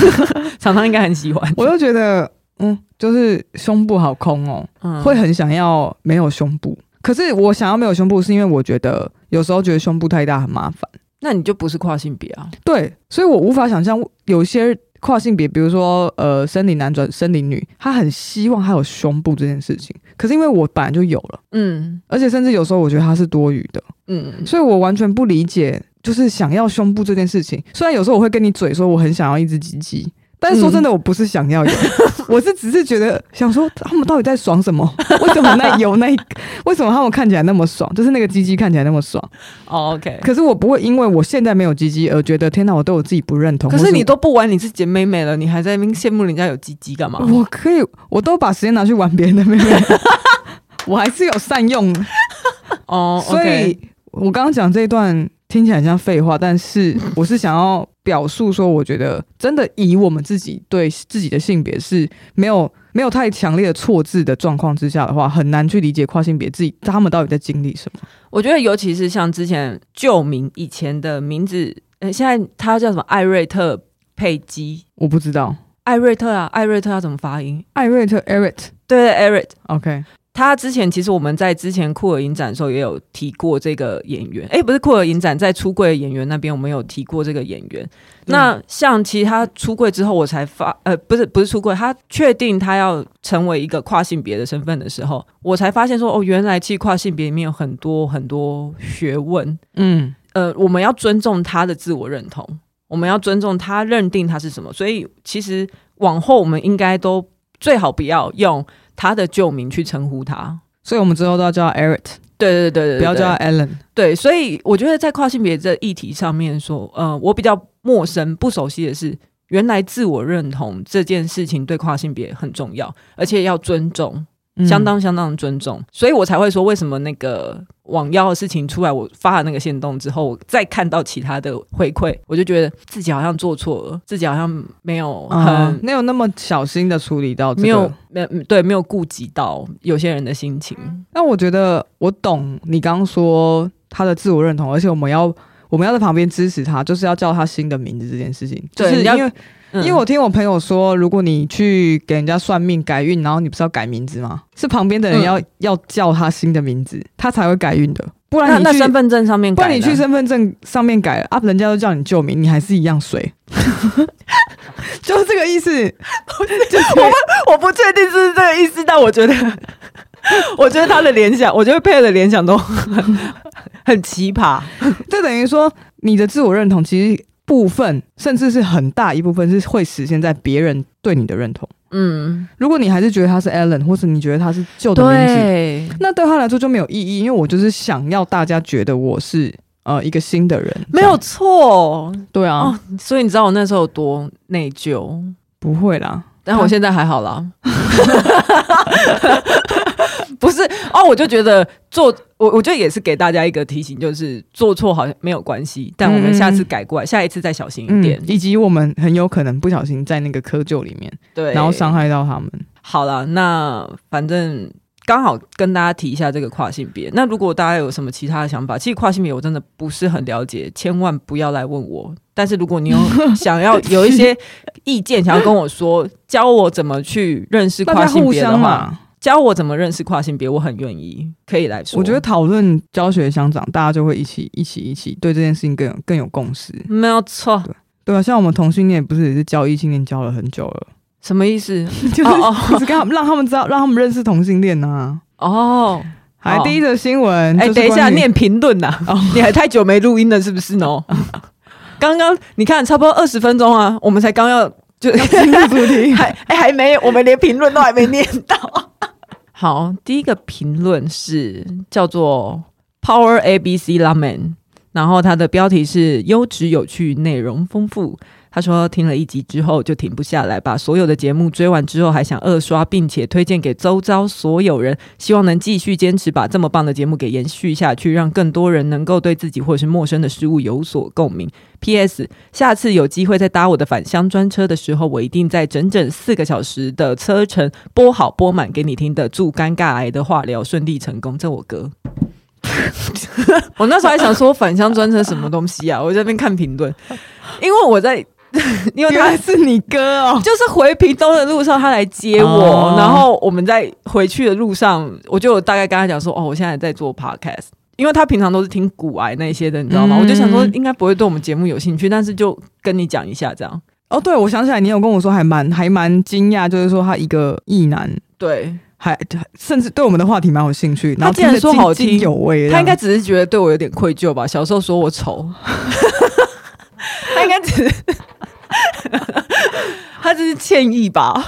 [SPEAKER 2] 厂商应该很喜欢，
[SPEAKER 1] 我就觉得，嗯，就是胸部好空哦，
[SPEAKER 2] 嗯
[SPEAKER 1] 会很想要没有胸部。可是我想要没有胸部，是因为我觉得有时候觉得胸部太大很麻烦。
[SPEAKER 2] 那你就不是跨性别啊。
[SPEAKER 1] 对，所以我无法想象有些跨性别，比如说呃，生理男转生理女，他很希望他有胸部这件事情。可是因为我本来就有了，
[SPEAKER 2] 嗯
[SPEAKER 1] 而且甚至有时候我觉得他是多余的，
[SPEAKER 2] 嗯，
[SPEAKER 1] 所以我完全不理解，就是想要胸部这件事情。虽然有时候我会跟你嘴说我很想要一只鸡鸡。但是
[SPEAKER 2] 嗯
[SPEAKER 1] 说真的，我 不是想要有，我是只是觉得想说他们到底在爽什么？ 为什么那有那一为什么他们看起来那么爽？就是那个鸡鸡看起来那么爽。
[SPEAKER 2] 哦 OK，
[SPEAKER 1] 可是我不会因为我现在没有鸡鸡而觉得天哪，我对我自己不认同。
[SPEAKER 2] 可
[SPEAKER 1] 或
[SPEAKER 2] 是
[SPEAKER 1] 是
[SPEAKER 2] 你都不玩你自己的妹妹了，你还在那边羡慕人家有鸡鸡干嘛？
[SPEAKER 1] 我可以，我都把时间拿去玩别人的妹 妹，我还是有善用。
[SPEAKER 2] 哦
[SPEAKER 1] 所以我刚刚讲这一段听起来很像废话，但 是我是想要表述说，我觉得真的以我们自己对自己的性别是没有没有太强烈的错字的状况之下的话，很难去理解跨性别自己他们到底在经历什么。
[SPEAKER 2] 我觉得尤其是像之前旧名以前的名字，呃，现在他叫什么艾瑞特佩基。
[SPEAKER 1] 我不知道，
[SPEAKER 2] 艾瑞特啊，艾瑞特要怎么发音？
[SPEAKER 1] 艾瑞特 Eric。
[SPEAKER 2] 对艾瑞特
[SPEAKER 1] OK，
[SPEAKER 2] 他之前其实我们在之前酷儿影展的时候也有提过这个演员，哎，不是酷儿影展，在出柜的演员那边我们有提过这个演员。那像其实他出柜之后，我才发，呃，不是不是出柜，他确定他要成为一个跨性别的身份的时候，我才发现说，哦，原来其实跨性别里面有很多很多学问。
[SPEAKER 1] 嗯
[SPEAKER 2] 呃，我们要尊重他的自我认同，我们要尊重他认定他是什么。所以其实往后我们应该都最好不要用他的旧名去称呼他。
[SPEAKER 1] 所以我们之后都要叫他 Eric，
[SPEAKER 2] 对对对对，
[SPEAKER 1] 不要
[SPEAKER 2] 对
[SPEAKER 1] 叫他 Alan。
[SPEAKER 2] 对，所以我觉得在跨性别这议题上面说，呃，我比较陌生、不熟悉的是，原来自我认同这件事情对跨性别很重要，而且要尊重，
[SPEAKER 1] 嗯
[SPEAKER 2] 相当相当的尊重。所以我才会说，为什么那个网妖的事情出来，我发了那个线动之后，我再看到其他的回馈，我就觉得自己好像做错了，自己好像没有很。
[SPEAKER 1] 啊，没有那么小心的处理到这个。
[SPEAKER 2] 没有，没有对，没有顾及到有些人的心情。
[SPEAKER 1] 那我觉得我懂你刚刚说他的自我认同，而且我们要我们要在旁边支持他，就是要叫他新的名字这件事情。
[SPEAKER 2] 对
[SPEAKER 1] 就是
[SPEAKER 2] 你要
[SPEAKER 1] 因为、
[SPEAKER 2] 嗯
[SPEAKER 1] 因为我听我朋友说，如果你去给人家算命改运，然后你不是要改名字吗？是旁边的
[SPEAKER 2] 嗯
[SPEAKER 1] 人要、要叫他新的名字，他才会改运的。不然
[SPEAKER 2] 那
[SPEAKER 1] 你
[SPEAKER 2] 那
[SPEAKER 1] 去
[SPEAKER 2] 身份证上面
[SPEAKER 1] 不
[SPEAKER 2] 改了，
[SPEAKER 1] 然你去身份证上面改了啊，人家都叫你救名，你还是一样水， 就是这个意思。就是
[SPEAKER 2] 我不确定是不是这个意思，但我觉得， 我觉得他的联想，我觉得配的联想都很很奇葩。
[SPEAKER 1] 这等于说你的自我认同其实部分，甚至是很大一部分是会实现在别人对你的认同。
[SPEAKER 2] 嗯，
[SPEAKER 1] 如果你还是觉得他是 Alan，或是你觉得他是旧的名字，
[SPEAKER 2] 对，
[SPEAKER 1] 那对他来说就没有意义，因为我就是想要大家觉得我是呃一个新的人，
[SPEAKER 2] 没有错。
[SPEAKER 1] 对啊，
[SPEAKER 2] 哦所以你知道我那时候有多内疚，
[SPEAKER 1] 不会啦，
[SPEAKER 2] 但我现在还好 啦。不是哦，我就觉得做我，我觉得也是给大家一个提醒，就是做错好像没有关系，但我们下次改过来，下一次再小心一点。
[SPEAKER 1] 嗯以及我们很有可能不小心在那个窠臼里面，
[SPEAKER 2] 对，
[SPEAKER 1] 然后伤害到他们。
[SPEAKER 2] 好了，那反正刚好跟大家提一下这个跨性别。那如果大家有什么其他的想法，其实跨性别我真的不是很了解，千万不要来问我。但是如果你有想要 有一些意见，想要跟我说，教我怎么去认识
[SPEAKER 1] 大
[SPEAKER 2] 跨
[SPEAKER 1] 家
[SPEAKER 2] 性
[SPEAKER 1] 互
[SPEAKER 2] 别的
[SPEAKER 1] 相
[SPEAKER 2] 话，
[SPEAKER 1] 嘛，
[SPEAKER 2] 教我怎么认识跨性别，我很愿意，可以来说。
[SPEAKER 1] 我觉得讨论教学相长，大家就会一起一起一起对这件事情更有更有共识。
[SPEAKER 2] 没有错，
[SPEAKER 1] 对啊，像我们同性恋不是也是教异性恋教了很久 了，
[SPEAKER 2] 什么意思？
[SPEAKER 1] 就是
[SPEAKER 2] 哦哦
[SPEAKER 1] 一直跟他们让他们知道，让他们认识同性恋呐、
[SPEAKER 2] 哦，
[SPEAKER 1] 还第一则新闻，
[SPEAKER 2] 哎、
[SPEAKER 1] 就是
[SPEAKER 2] 等一下，
[SPEAKER 1] 关于
[SPEAKER 2] 念评论啊呐
[SPEAKER 1] 哦！
[SPEAKER 2] 你还太久没录音了，是不 是呢？刚刚你看，差不多二十分钟啊，我们才刚要就
[SPEAKER 1] 进入主题。
[SPEAKER 2] 还哎、还没，我们连评论都还没念到。 好，第一个评论是叫做 Power ABC Ramen，然后它的标题是“优质有趣，内容丰富”。他说听了一集之后就停不下来，把所有的节目追完之后还想二刷，并且推荐给周遭所有人，希望能继续坚持把这么棒的节目给延续下去，让更多人能够对自己或是陌生的事物有所共鸣。P.S. 下次有机会再搭我的返乡专车的时候，我一定在整整四个小时的车程播好播满给你听的。祝尴尬癌的化疗顺利成功，这我哥。我那时候还想说返乡专车什么东西啊？我在那边看评论，因为我在， 因 为
[SPEAKER 1] 原
[SPEAKER 2] 他
[SPEAKER 1] 来是你哥 哦，
[SPEAKER 2] 就是回屏东的路上，他来接我，
[SPEAKER 1] 哦
[SPEAKER 2] 然后我们在回去的路上，我就有大概跟他讲说，哦，我现在在做 podcast，因为他平常都是听古癌那些的，你知道吗？
[SPEAKER 1] 嗯
[SPEAKER 2] 我就想说，应该不会对我们节目有兴趣，但是就跟你讲一下这样。
[SPEAKER 1] 哦，对，我想起来，你有跟我说还蛮还蛮惊讶，就是说他一个异男，
[SPEAKER 2] 对
[SPEAKER 1] 还甚至对我们的话题蛮有兴趣，然后
[SPEAKER 2] 他竟然
[SPEAKER 1] 听得
[SPEAKER 2] 说好
[SPEAKER 1] 津
[SPEAKER 2] 听
[SPEAKER 1] 津有味，
[SPEAKER 2] 他应该只是觉得对我有点愧疚吧，小时候说我丑， 他应该只是他只是歉意吧，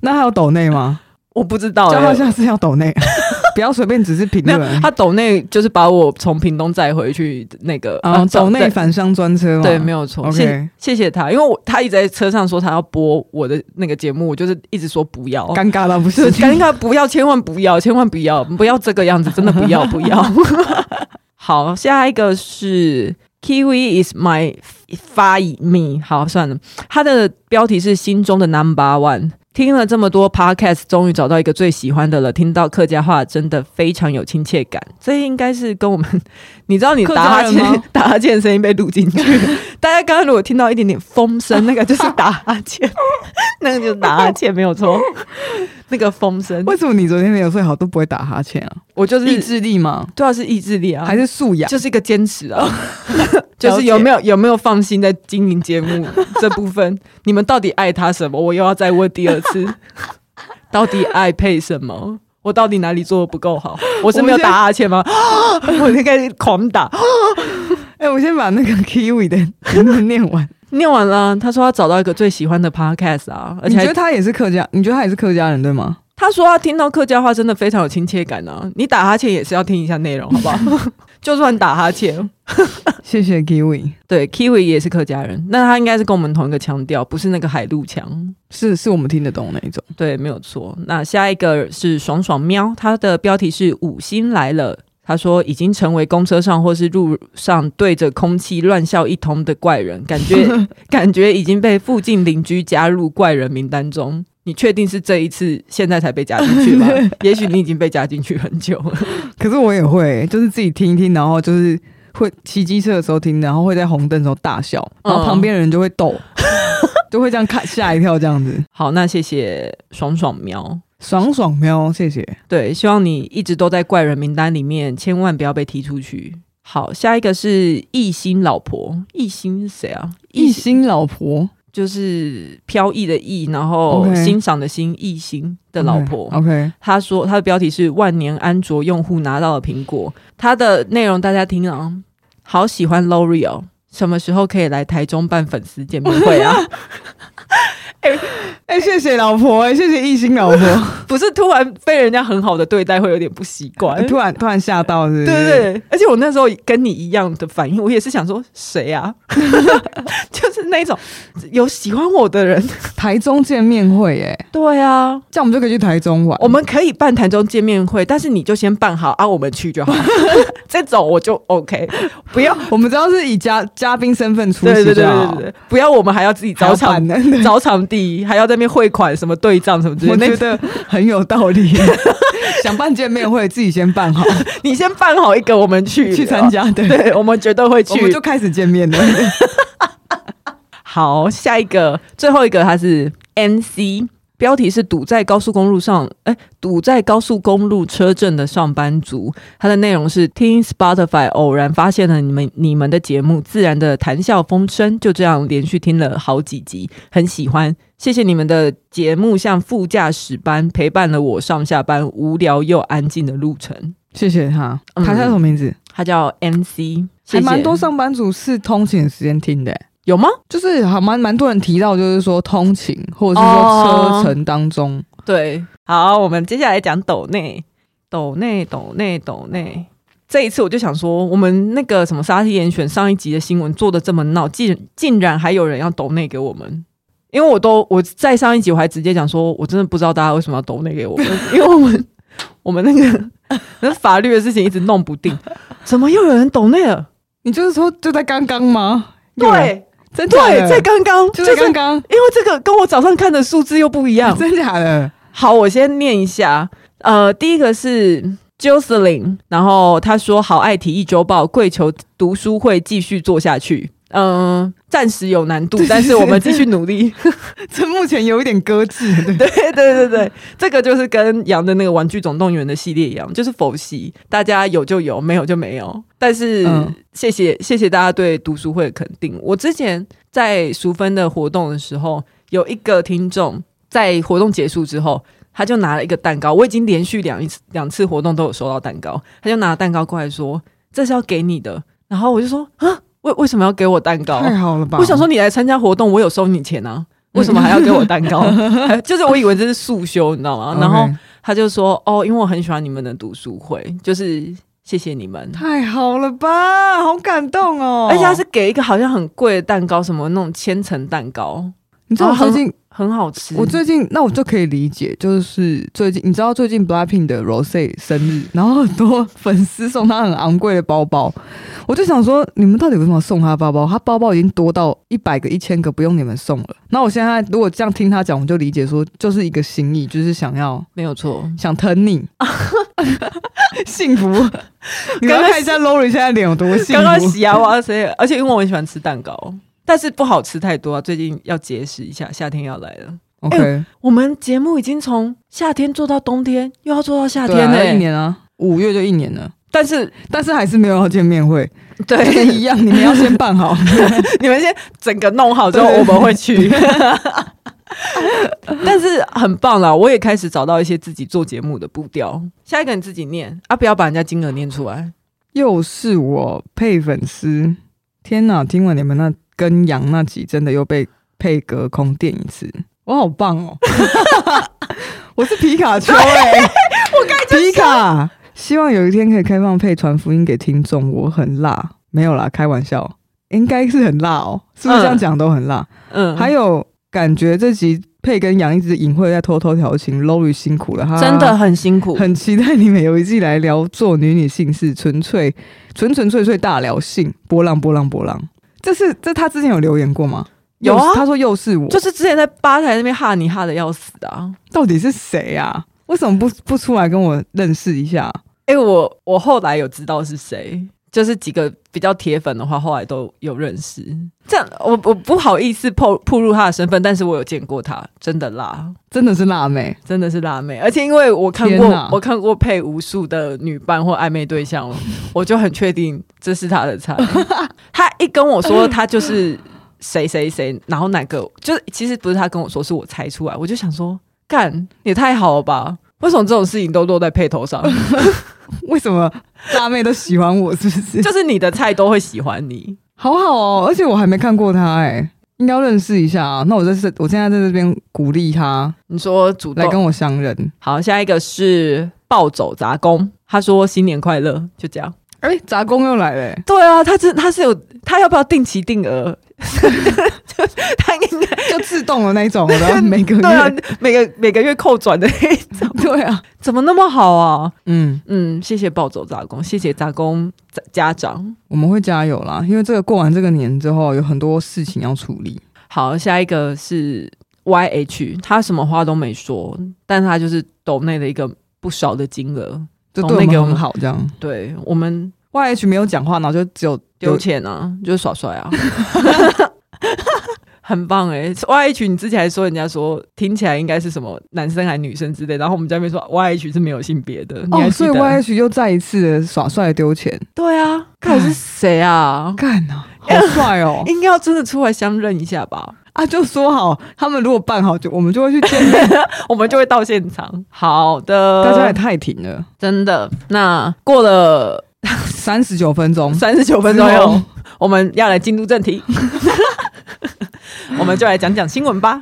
[SPEAKER 1] 那他有抖内吗？
[SPEAKER 2] 我不知道、
[SPEAKER 1] 叫他
[SPEAKER 2] 欸。
[SPEAKER 1] 下次要抖 内，不要随便只是评
[SPEAKER 2] 没有
[SPEAKER 1] 论，。哦
[SPEAKER 2] 他抖内就是把我从屏东载回去那个
[SPEAKER 1] 啊，抖内
[SPEAKER 2] 哦对
[SPEAKER 1] 返乡专车嘛，
[SPEAKER 2] 对，没有错。谢
[SPEAKER 1] OK
[SPEAKER 2] 谢谢他，因为我他一直在车上说他要播我的那个节目，我就是一直说不要，
[SPEAKER 1] 尴尬到不
[SPEAKER 2] 就
[SPEAKER 1] 行
[SPEAKER 2] 是。哦尴尬，不要，千万不要，千万不要，不要这个样子，真的不要，不 要。好，下一个是 Kiwi is my f- fire me。好，算了，它的标题是心中的 Number One。听了这么多 podcast，终于找到一个最喜欢的了。听到客家话真的非常有亲切感，这应该是跟我们，你知道你
[SPEAKER 1] 客
[SPEAKER 2] 打
[SPEAKER 1] 家
[SPEAKER 2] 哈
[SPEAKER 1] 人
[SPEAKER 2] 欠
[SPEAKER 1] 吗
[SPEAKER 2] 打哈欠的声音被录进去。大家刚刚如果听到一点点风声，那个就是打哈欠， 那个就是打哈欠，没有错。 那个风 声，
[SPEAKER 1] 为什么你昨天没有睡好都不会打哈欠啊？
[SPEAKER 2] 我就是
[SPEAKER 1] 意志力吗？
[SPEAKER 2] 对啊，是意志力啊，
[SPEAKER 1] 还是素养？
[SPEAKER 2] 就是一个坚持啊， 就是有没有有没有放心在经营节 目这部分，你们到底爱他什么？我又要再问第二次， 到底爱配什么？我到底哪里做的不够好？我是没有打哈欠吗？ 我应该狂打。
[SPEAKER 1] 哎、我先把那个 kiwi 的名字念完。
[SPEAKER 2] 念完了，他说他找到一个最喜欢的 podcast 啊，而
[SPEAKER 1] 你
[SPEAKER 2] 且
[SPEAKER 1] 觉
[SPEAKER 2] 还
[SPEAKER 1] 得他也是客家？你觉得他也是客家人对吗？
[SPEAKER 2] 他说他听到客家话真的非常有亲切感啊。你打哈欠也是要听一下内容，好不好？ 就算打哈欠，
[SPEAKER 1] 谢谢 kiwi，
[SPEAKER 2] 对，Kiwi 也是客家人，那他应该是跟我们同一个腔调，不是那个海陆腔。
[SPEAKER 1] 是是我们听得懂那一种。
[SPEAKER 2] 对，没有错。那下一个是爽爽喵，它的标题是“五星来了”。他说已经成为公车上或是路上对着空气乱笑一通的怪人，感觉 感觉已经被附近邻居加入怪人名单中。你确定是这一次现在才被加进去吗？也许你已经被加进去很久了。
[SPEAKER 1] 可是我也会，就是自己听一听，然后就是会骑机车的时候听，然后会在红灯的时候大笑，然后
[SPEAKER 2] 嗯
[SPEAKER 1] 旁边的人就会 抖，就会这样看吓一跳这样子。
[SPEAKER 2] 好，那谢谢爽爽喵。
[SPEAKER 1] 爽爽喵，谢谢。
[SPEAKER 2] 对，希望你一直都在怪人名单里面，千万不要被踢出去。好，下一个是艺兴老婆，艺兴是谁啊？
[SPEAKER 1] 一心老婆
[SPEAKER 2] 就是飘逸的逸，然后
[SPEAKER 1] OK
[SPEAKER 2] 欣赏的欣，艺兴的老婆。
[SPEAKER 1] OK，,
[SPEAKER 2] 他说他的标题是“万年安卓用户拿到了苹果”，他的内容大家听啊，好喜欢 L'Oreal，什么时候可以来台中办粉丝见面会啊？
[SPEAKER 1] 哎、谢谢老婆、哎，谢谢一心老 婆。
[SPEAKER 2] 不是突然被人家很好的对待，会有点不习惯。
[SPEAKER 1] 突然突然吓到是不是？
[SPEAKER 2] 对对对，而且我那时候跟你一样的反应，我也是想说谁啊， 就是那种有喜欢我的人。
[SPEAKER 1] 台中见面会、哎，
[SPEAKER 2] 对啊，
[SPEAKER 1] 这样我们就可以去台中玩。
[SPEAKER 2] 我们可以办台中见面会，但是你就先办好啊，我们去就好。 这种我就 OK，不要。
[SPEAKER 1] 我们只要是以嘉嘉宾身份出
[SPEAKER 2] 对
[SPEAKER 1] 席
[SPEAKER 2] 对对
[SPEAKER 1] 就
[SPEAKER 2] 对
[SPEAKER 1] 好
[SPEAKER 2] 对，对，不要我们还要自己
[SPEAKER 1] 早
[SPEAKER 2] 找
[SPEAKER 1] 产
[SPEAKER 2] 场
[SPEAKER 1] 的，
[SPEAKER 2] 找场地，还要在那边汇款什么对账什么之类
[SPEAKER 1] 我
[SPEAKER 2] 的。
[SPEAKER 1] 觉得很有道理。 想办见面会，自己先办好，
[SPEAKER 2] 那你先办好一个，我们去啊
[SPEAKER 1] 去参。加的。
[SPEAKER 2] 对，我们绝对 会去。
[SPEAKER 1] 我们就开始见面了。
[SPEAKER 2] 好，下一个，最后一个，它是 N C，标题是堵在高速公路上，哎、堵在高速公路车阵的上班族。它的内容是听 Spotify 偶然发现了你们你们的节目，自然的谈笑风生，就这样连续听了好几集，很喜欢。谢谢你们的节目，像副驾驶般陪伴了我上下班无聊又安静的路程。
[SPEAKER 1] 谢谢他，
[SPEAKER 2] 嗯
[SPEAKER 1] 他叫什么名字？
[SPEAKER 2] 它叫 N C，
[SPEAKER 1] 还蛮多上班族是通勤的时间听的、
[SPEAKER 2] 有吗？
[SPEAKER 1] 就是还蛮蛮多人提到，就是说通勤或者是说车程当中，
[SPEAKER 2] 哦对，好，我们接下来讲抖内，抖内，抖内，抖内。这一次我就想说，我们那个什么沙溪严选上一集的新闻做的这么闹，竟竟然还有人要抖内给我们，因为我都我在上一集我还直接讲说，我真的不知道大家为什么要抖内给我们，因为我们我们那个那法律的事情一直弄不定，怎么又有人抖内了？
[SPEAKER 1] 你就是说就在刚刚吗？有人，
[SPEAKER 2] 对
[SPEAKER 1] 真假的
[SPEAKER 2] 对，在刚刚
[SPEAKER 1] 就
[SPEAKER 2] 就
[SPEAKER 1] 在
[SPEAKER 2] 是
[SPEAKER 1] 刚刚，
[SPEAKER 2] 因为这个跟我早上看的数字又不一样，
[SPEAKER 1] 真假的？
[SPEAKER 2] 好，我先念一下。呃，第一个是 Jocelyn，然后他说好爱体育周报，跪求读书会继续做下去。嗯、暂时有难度，但是我们继续努力。
[SPEAKER 1] 这目前有一点搁置，对，
[SPEAKER 2] 对对对对，这个就是跟杨的那个《玩具总动员》的系列一样，就是否析，大家有就有，没有就没有。但是、
[SPEAKER 1] 嗯
[SPEAKER 2] 谢谢谢谢大家对读书会的肯定。我之前在淑芬的活动的时候，有一个听众在活动结束之后。他就拿了一个蛋糕，我已经连续两一次两次活动都有收到蛋糕，他就拿蛋糕过来说：“这是要给你的。”然后我就说：“啊，为为什么要给我蛋糕？”
[SPEAKER 1] 太好了吧？
[SPEAKER 2] 我想说，你来参加活动，我有收你钱
[SPEAKER 1] 嗯
[SPEAKER 2] 啊，为什么还要给我蛋 糕？还就是我以为这是速修，你知道吗？
[SPEAKER 1] OK，
[SPEAKER 2] 然后他就说：“哦，因为我很喜欢你们的读书会，就是谢谢你们。”
[SPEAKER 1] 太好了吧，好感动哦！
[SPEAKER 2] 而且他是给一个好像很贵的蛋糕，什么那种千层蛋糕，嗯
[SPEAKER 1] 你知道我
[SPEAKER 2] 啊很
[SPEAKER 1] 最近、
[SPEAKER 2] 很好吃。
[SPEAKER 1] 我最近那我就可以理解，就是最近你知道最近 Blackpink 的 Rose 生日，然后很多粉丝送她很昂贵的包包，我就想说你们到底为什么送她包包？她包包已经多到一百个、一千个，不用你们送了。那我现在如果这样听她讲，我就理解说就是一个心意，就是想要
[SPEAKER 2] 没有错，
[SPEAKER 1] 想疼 你，幸福。你们
[SPEAKER 2] 刚
[SPEAKER 1] 要
[SPEAKER 2] 刚
[SPEAKER 1] 看一下 Lori 现在脸有多幸
[SPEAKER 2] 刚刚
[SPEAKER 1] 福。
[SPEAKER 2] 洗牙哇塞！而且因为我很喜欢吃蛋糕，但是不好吃太多啊。最近要节食一下，夏天要来了。
[SPEAKER 1] OK，、啊
[SPEAKER 2] 我们节目已经从夏天做到冬天，又要做到夏
[SPEAKER 1] 对
[SPEAKER 2] 天欸
[SPEAKER 1] 啊
[SPEAKER 2] 呢、
[SPEAKER 1] 一年啊，五月就一年了，
[SPEAKER 2] 但是
[SPEAKER 1] 但是还是没有要见面会，就是
[SPEAKER 2] 对
[SPEAKER 1] 一样，你们要先办好。
[SPEAKER 2] 你们先整个弄好之后，
[SPEAKER 1] 对
[SPEAKER 2] 我们会 去。但是很棒啦，我也开始找到一些自己做节目的步调。下一个你自己念啊，不要把人家金额念出来。
[SPEAKER 1] 又是我配粉丝，天哪！听完你们那跟羊那集，真的又被配隔空电一次，我好棒哦！ 我是皮卡 丘哎、皮卡，希望有一天可以开放配传福音给听众。我很辣，没有啦，开玩笑，应该是很辣哦，是不是这样讲都很辣？
[SPEAKER 2] 嗯，
[SPEAKER 1] 还有感觉这集配跟羊一直隐晦在偷偷调情，Lori 辛苦了，哈
[SPEAKER 2] 真的啊很辛苦，
[SPEAKER 1] 很期待你们有一季来聊做女女性事，纯粹纯纯粹粹大聊性，波浪波浪波浪。这是这他之前有留言过吗？
[SPEAKER 2] 有啊
[SPEAKER 1] 又是他说又是我，这
[SPEAKER 2] 就是之前在吧台那边哈你哈的要死的啊。
[SPEAKER 1] 到底是谁啊？为什么不不出来跟我认识一下？
[SPEAKER 2] 哎、我我后来有知道是谁，就是几个比较铁粉的话，后来都有认识。这样，我我不好意思透透露他的身份，但是我有见过他，真的辣，
[SPEAKER 1] 真的是辣妹，
[SPEAKER 2] 真的是辣妹。而且因为我看
[SPEAKER 1] 天哪
[SPEAKER 2] 过我看过配无数的女伴或暧昧对象，哦 我就很确定这是他的菜。他一跟我说他就是谁谁谁，然后哪个就是其实不是他跟我说，是我猜出来，我就想说，干也太好了吧？为什么这种事情都落在配 头上？
[SPEAKER 1] 为什么辣妹都喜欢我？是不是？
[SPEAKER 2] 就是你的菜都会喜欢你。
[SPEAKER 1] 好好哦，而且我还没看过他哎、应该要认识一下啊。那我在这，我现在在这边鼓励他
[SPEAKER 2] 你说主
[SPEAKER 1] 来
[SPEAKER 2] 动
[SPEAKER 1] 跟我相认。
[SPEAKER 2] 好，下一个是暴走杂工，他说新年快乐，就这样。
[SPEAKER 1] 哎、杂工又来了、欸，
[SPEAKER 2] 对啊，他真他是有他要不要定期定额？ 他应该
[SPEAKER 1] 就自动的那种，然后每个月，
[SPEAKER 2] 对啊，每个每个月扣转的那一种，
[SPEAKER 1] 对啊，
[SPEAKER 2] 怎么那么好啊？
[SPEAKER 1] 嗯，
[SPEAKER 2] 嗯，谢谢暴走杂工，谢谢杂工家家长。
[SPEAKER 1] 我们会加油啦，因为这个过完这个年之后，有很多事情要处理。
[SPEAKER 2] 好，下一个是 Y H，他什么话都没说，但他就是抖内的一个不少的金额。
[SPEAKER 1] 就
[SPEAKER 2] 懂
[SPEAKER 1] 对我
[SPEAKER 2] 那
[SPEAKER 1] 们
[SPEAKER 2] 个
[SPEAKER 1] 很好，这样。
[SPEAKER 2] 对我们
[SPEAKER 1] Y H 没有讲话，然后就只有
[SPEAKER 2] 丢
[SPEAKER 1] 有
[SPEAKER 2] 钱啊，就是耍帅啊， 很棒哎、Y H，你之前还说人家说听起来应该是什么男生还女生之类，然后我们在那边说 Y H 是没有性别的，你还
[SPEAKER 1] 哦，
[SPEAKER 2] 记
[SPEAKER 1] 所以
[SPEAKER 2] 得？
[SPEAKER 1] Y H 又再一次的耍帅地丢钱，
[SPEAKER 2] 对啊，看是谁啊？
[SPEAKER 1] 干 啊，好帅哦！
[SPEAKER 2] 应该要真的出来相认一下吧，
[SPEAKER 1] 啊，就说好，他们如果办好，就我们就会去见面。
[SPEAKER 2] 我们就会到现场。好的，
[SPEAKER 1] 大家也太挺了，
[SPEAKER 2] 真的。那过了
[SPEAKER 1] 三十九分钟，
[SPEAKER 2] 三十九分钟
[SPEAKER 1] 之后
[SPEAKER 2] 后，我们要来进入正题， 我们就来讲讲新闻吧。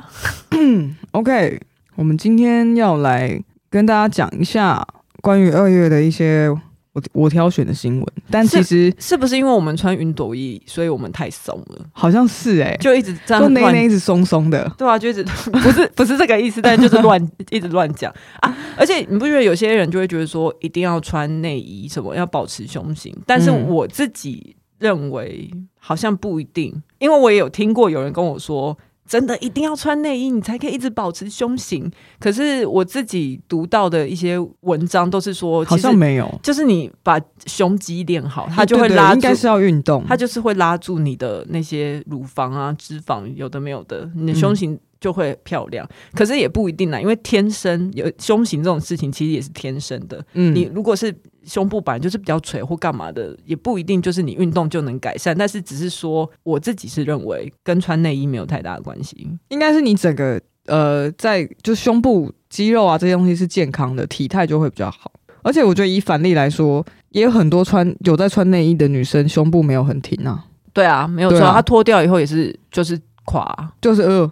[SPEAKER 1] OK，我们今天要来跟大家讲一下关于二月的一些我我挑选的新闻，但其
[SPEAKER 2] 是
[SPEAKER 1] 实
[SPEAKER 2] 是不是因为我们穿云朵衣，所以我们太松了，
[SPEAKER 1] 好像是哎、
[SPEAKER 2] 就一直这
[SPEAKER 1] 就
[SPEAKER 2] 样
[SPEAKER 1] 内
[SPEAKER 2] 乱？
[SPEAKER 1] 内一直松松的，
[SPEAKER 2] 对啊，就一直 不是不是这个意思，但就是乱 一直乱讲啊！而且你不觉得有些人就会觉得说一定要穿内衣什么，要保持胸型？但是
[SPEAKER 1] 嗯
[SPEAKER 2] 我自己认为好像不一定，因为我也有听过有人跟我说，真的一定要穿内衣，你才可以一直保持胸型。可是我自己读到的一些文章都是说，
[SPEAKER 1] 好
[SPEAKER 2] 其实
[SPEAKER 1] 像没有，
[SPEAKER 2] 就是你把胸肌练好，它就
[SPEAKER 1] 对
[SPEAKER 2] 会
[SPEAKER 1] 对
[SPEAKER 2] 拉
[SPEAKER 1] 应
[SPEAKER 2] 住
[SPEAKER 1] 该是要运动。
[SPEAKER 2] 它就是会拉住你的那些乳房啊、脂肪，有的没有的，你的胸型就会漂亮。可是也不一定啊啦，因为天生有胸型这种事情，其实也是天生的。
[SPEAKER 1] 嗯
[SPEAKER 2] 你如果是胸部本来就是比较垂或干嘛的，也不一定就是你运动就能改善。但是只是说，我自己是认为跟穿内衣没有太大的关系。
[SPEAKER 1] 应该是你整个呃，在就胸部肌肉啊这些东西是健康的，体态就会比较好。而且我觉得以反例来说，也有很多穿有在穿内衣的女生胸部没有很挺啊，
[SPEAKER 2] 对啊，没有错，
[SPEAKER 1] 对啊
[SPEAKER 2] 它脱掉以后也是就是垮啊、
[SPEAKER 1] 就是呃，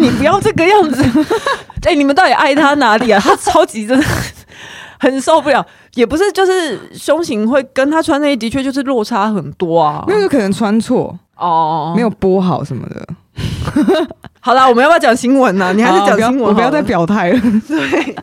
[SPEAKER 2] 你不要这个 样子。哎、你们到底爱他哪里啊？他超级真的 很受不了，也不是就是胸型会跟他穿内衣的确就是落差很多啊
[SPEAKER 1] 因。为有可能穿错，
[SPEAKER 2] 哦，
[SPEAKER 1] 没有拨好什么的。
[SPEAKER 2] 好啦，我们要不要讲新闻呢、你还是
[SPEAKER 1] 好哦
[SPEAKER 2] 讲
[SPEAKER 1] 不要
[SPEAKER 2] 新闻好
[SPEAKER 1] 啊
[SPEAKER 2] 了、
[SPEAKER 1] 我不要再表态了。
[SPEAKER 2] 对，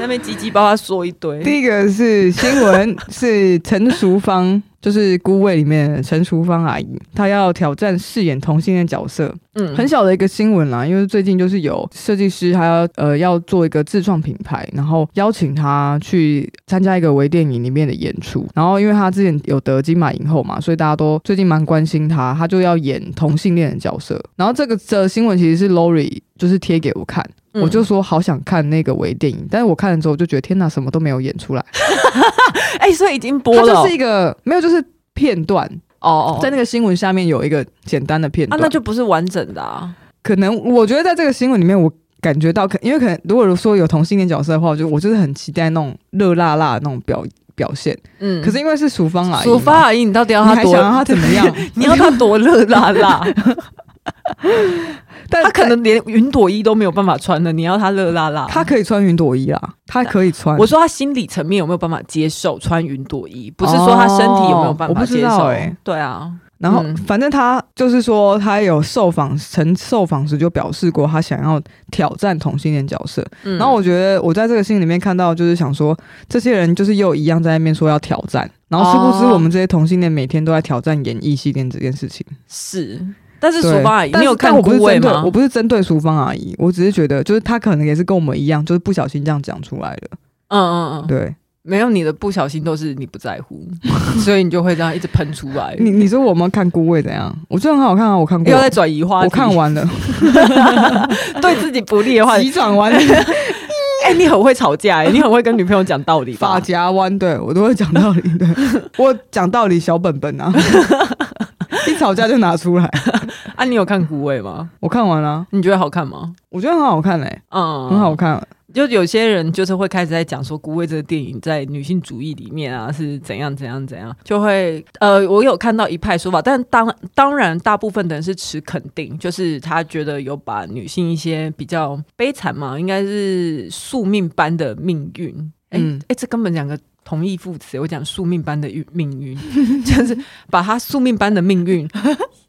[SPEAKER 2] 那边叽叽巴巴说一堆。
[SPEAKER 1] 第一个是新闻，是陈淑芳，就是《孤味》里面的陈淑芳阿姨，她要挑战饰演同性恋角色，
[SPEAKER 2] 嗯
[SPEAKER 1] 很小的一个新闻啦。因为最近就是有设计师，他要呃要做一个自创品牌，然后邀请他去参加一个微电影里面的演出。然后因为他之前有得金马影后嘛，所以大家都最近蛮关心他，他就要演同性恋的角色。然后这个这新闻其实是 Lori 就是贴给我看，
[SPEAKER 2] 嗯
[SPEAKER 1] 我就说好想看那个微电影，但是我看了之后我就觉得天哪，什么都没有演出来，
[SPEAKER 2] 哎、所以已经播
[SPEAKER 1] 它
[SPEAKER 2] 了哦
[SPEAKER 1] 就是一个没有就是片段，
[SPEAKER 2] 哦哦，
[SPEAKER 1] 在那个新闻下面有一个简单的片
[SPEAKER 2] 啊，
[SPEAKER 1] 段，
[SPEAKER 2] 那就不是完整的啊。
[SPEAKER 1] 可能我觉得在这个新闻里面我。感觉到可，因为可能如果说有同性恋角色的话，我就我就是很期待那种热辣辣的那种表表现。
[SPEAKER 2] 嗯，
[SPEAKER 1] 可是因为是淑芳阿姨嘛，
[SPEAKER 2] 索发阿姨，你到底要
[SPEAKER 1] 你
[SPEAKER 2] 她
[SPEAKER 1] 还
[SPEAKER 2] 多
[SPEAKER 1] 想？让她怎么样？
[SPEAKER 2] 你要她多热 辣辣？
[SPEAKER 1] 但
[SPEAKER 2] 她可能连云朵衣都没有办法穿的，你要她热辣辣？
[SPEAKER 1] 她可以穿云朵衣啦，她可以穿。
[SPEAKER 2] 我说她心理层面有没有办法接受穿云朵衣？不是说她身体有没有办
[SPEAKER 1] 哦我
[SPEAKER 2] 法
[SPEAKER 1] 不知
[SPEAKER 2] 接
[SPEAKER 1] 道
[SPEAKER 2] 受？
[SPEAKER 1] 欸
[SPEAKER 2] 对啊，
[SPEAKER 1] 然后
[SPEAKER 2] 嗯，
[SPEAKER 1] 反正他就是说，他有受访，曾受访时就表示过，他想要挑战同性恋角色。
[SPEAKER 2] 嗯
[SPEAKER 1] 然后我觉得我在这个信里面看到，就是想说，这些人就是又一样在那边说要挑战，然后殊不知
[SPEAKER 2] 哦
[SPEAKER 1] 我们这些同性恋每天都在挑战演艺系恋这件事情。
[SPEAKER 2] 是，但是
[SPEAKER 1] 对
[SPEAKER 2] 索发阿姨，
[SPEAKER 1] 但
[SPEAKER 2] 你有
[SPEAKER 1] 是但
[SPEAKER 2] 看
[SPEAKER 1] 我不是
[SPEAKER 2] 孤味
[SPEAKER 1] 针对
[SPEAKER 2] 吗
[SPEAKER 1] 我？不是针对淑芳阿姨，我只是觉得，就是她可能也是跟我们一样，就是不小心这样讲出来的。
[SPEAKER 2] 嗯嗯嗯，
[SPEAKER 1] 对
[SPEAKER 2] 没有你的不小心都是你不在乎，所以你就会这样一直喷出来。
[SPEAKER 1] 你，你说我们看《孤味》怎样？我觉得很好看啊，我看
[SPEAKER 2] 不
[SPEAKER 1] 过
[SPEAKER 2] 要，再转移话题，
[SPEAKER 1] 我看完了，
[SPEAKER 2] 对自己不利的话，
[SPEAKER 1] 急转弯。
[SPEAKER 2] 哎、你很会吵架、哎，你很会跟女朋友讲道理吧
[SPEAKER 1] 发？夹弯，对我都会讲道理的。我讲道理小本 本啊，一吵架就拿出来。
[SPEAKER 2] 啊，你有看《孤味》吗？
[SPEAKER 1] 我看完了、
[SPEAKER 2] 你觉得好看吗？
[SPEAKER 1] 我觉得很好看嘞、
[SPEAKER 2] 嗯，
[SPEAKER 1] 很好。看。
[SPEAKER 2] 就有些人就是会开始在讲说《孤味》这个电影在女性主义里面啊是怎样怎样怎样，就会呃，我有看到一派说法，但当当然大部分的人是持肯定，就是他觉得有把女性一些比较悲惨嘛，应该是宿命般的命运。哎、
[SPEAKER 1] 嗯
[SPEAKER 2] 哎、这根本两个同义副词，我讲宿命般的运命运，就是把她宿命般的 命运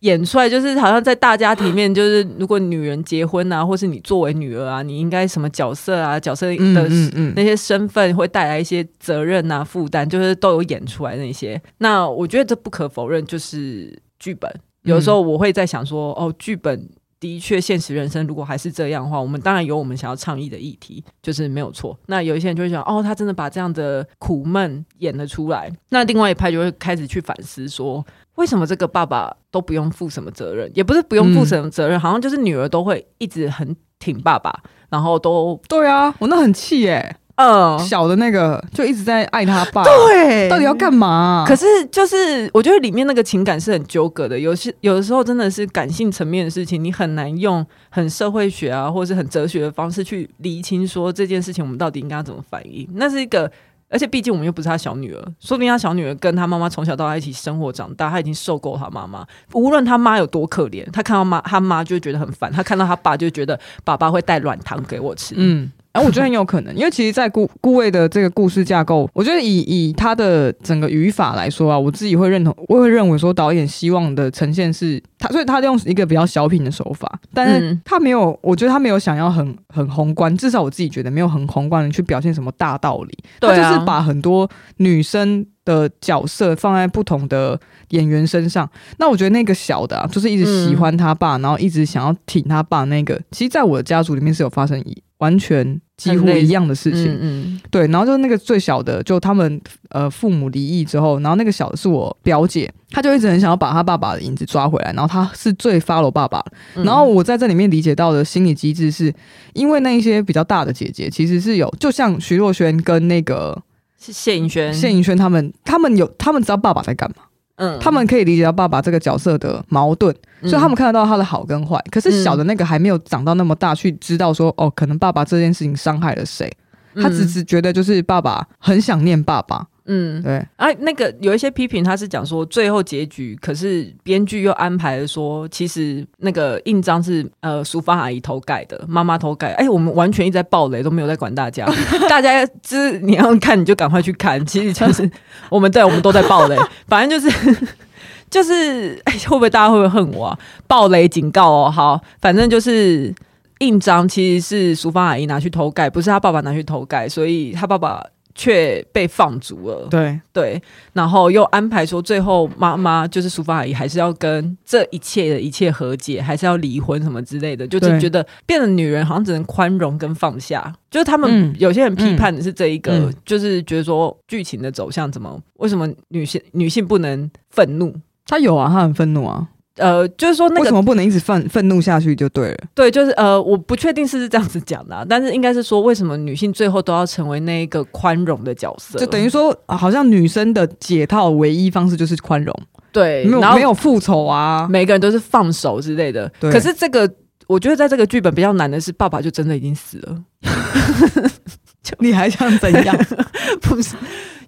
[SPEAKER 2] 演出来，就是好像在大家庭面，就是如果女人结婚啊，或是你作为女儿啊，你应该什么角色啊，角色
[SPEAKER 1] 嗯
[SPEAKER 2] 的
[SPEAKER 1] 嗯嗯，
[SPEAKER 2] 那些身份会带来一些责任啊、负担，就是都有演出来那些。那我觉得这不可否认，就是剧本。
[SPEAKER 1] 嗯
[SPEAKER 2] 有时候嗯我会在想说，哦，剧本的确现实人生如果还是这样的话，我们当然有我们想要倡议的议题，就是没有错。那有一些人就会想，哦，他真的把这样的苦闷演了出来。那另外一派就会开始去反思说。为什么这个爸爸都不用负什么责任？也不是不用负什么责任，好像就是女儿都会一直很挺爸爸，然后都
[SPEAKER 1] 对啊，我那很气耶、
[SPEAKER 2] 嗯，
[SPEAKER 1] 小的那个就一直在爱他爸，
[SPEAKER 2] 对
[SPEAKER 1] 到底要干嘛啊、
[SPEAKER 2] 可是就是我觉得里面那个情感是很纠葛的，有些有的时候真的是感性层面的事情，你很难用很社会学啊，或者是很哲学的方式去厘清说这件事情我们到底应该要怎么反应。那是一个。而且毕竟我们又不是他小女儿，说不定他小女儿跟他妈妈从小到大一起生活长大，他已经受够他妈妈。无论他妈有多可怜，他看到妈他妈就会觉得很烦，他看到他爸就觉得爸爸会带软糖给我吃。嗯
[SPEAKER 1] 嗯。然后我觉得很有可能，因为其实，在顾顾魏的这个故事架构，我觉得以以他的整个语法来说啊，我自己会认同，我会认为说导演希望的呈现是他，所以他用一个比较小品的手法，但是
[SPEAKER 2] 嗯
[SPEAKER 1] 他没有，我觉得他没有想要很很宏观，至少我自己觉得没有很宏观的去表现什么大道理，
[SPEAKER 2] 对啊
[SPEAKER 1] 他就是把很多女生的角色放在不同的演员身上。那我觉得那个小的、啊，就是一直喜欢他爸，然后一直想要挺他爸那个，其实在我的家族里面是有发生一完全几乎一样的事情。
[SPEAKER 2] 嗯嗯
[SPEAKER 1] 对，然后就是那个最小的，就他们呃父母离异之后，然后那个小的是我表姐，她就一直很想要把她爸爸的影子抓回来，然后她是最 follow 爸爸的。
[SPEAKER 2] 嗯
[SPEAKER 1] 然后我在这里面理解到的心理机制是，因为那一些比较大的姐姐其实是有，就像徐若瑄跟那个
[SPEAKER 2] 是谢颖轩，
[SPEAKER 1] 谢颖轩他们，他们有他们知道爸爸在干嘛，
[SPEAKER 2] 嗯
[SPEAKER 1] 他们可以理解到爸爸这个角色的矛盾，所以他们看得到他的好跟坏。可是小
[SPEAKER 2] 嗯
[SPEAKER 1] 的那个还没有长到那么大，去知道说哦，可能爸爸这件事情伤害了谁，他只
[SPEAKER 2] 嗯
[SPEAKER 1] 是觉得就是爸爸很想念爸爸，
[SPEAKER 2] 嗯，
[SPEAKER 1] 对，
[SPEAKER 2] 啊，那个有一些批评，他是讲说最后结局，可是编剧又安排了说，其实那个印章是呃淑芳阿姨偷盖的，妈妈偷盖。哎、我们完全一直在暴雷，都没有在管大家，大家就是 你要看你就赶快去看，其实就是我们对我们都在暴雷，反正就是。 就是哎会不会大家会不会恨我、啊？暴雷警告哦！好，反正就是印章其实是淑芳阿姨拿去偷盖，不是她爸爸拿去偷盖，所以她爸爸却被放逐了。
[SPEAKER 1] 对，
[SPEAKER 2] 对，然后又安排说，最后妈妈就是淑芳阿姨，还是要跟这一切的一切和解，还是要离婚什么之类的，就是
[SPEAKER 1] 对
[SPEAKER 2] 觉得变得女人好像只能宽容跟放下。就是他们、
[SPEAKER 1] 嗯
[SPEAKER 2] 有些人批判的是这一个，
[SPEAKER 1] 嗯
[SPEAKER 2] 就是觉得说剧情的走向怎么，为什么女性女性不能愤怒？
[SPEAKER 1] 他有啊，他很愤怒啊，
[SPEAKER 2] 呃，就是说那
[SPEAKER 1] 为什
[SPEAKER 2] 个
[SPEAKER 1] 么不能一直愤愤怒下去就对了？
[SPEAKER 2] 对，就是呃，我不确定是不是这样子讲的啊、但是应该是说，为什么女性最后都要成为那一个宽容的角色？
[SPEAKER 1] 就等于说，啊好像女生的解套唯一方式就是宽容，
[SPEAKER 2] 对，
[SPEAKER 1] 没有
[SPEAKER 2] 然后
[SPEAKER 1] 没有复仇啊，
[SPEAKER 2] 每个人都是放手之类的。
[SPEAKER 1] 对
[SPEAKER 2] 可是这个，我觉得在这个剧本比较难的是，爸爸就真的已经死了，
[SPEAKER 1] 你还想怎 样？
[SPEAKER 2] 不是，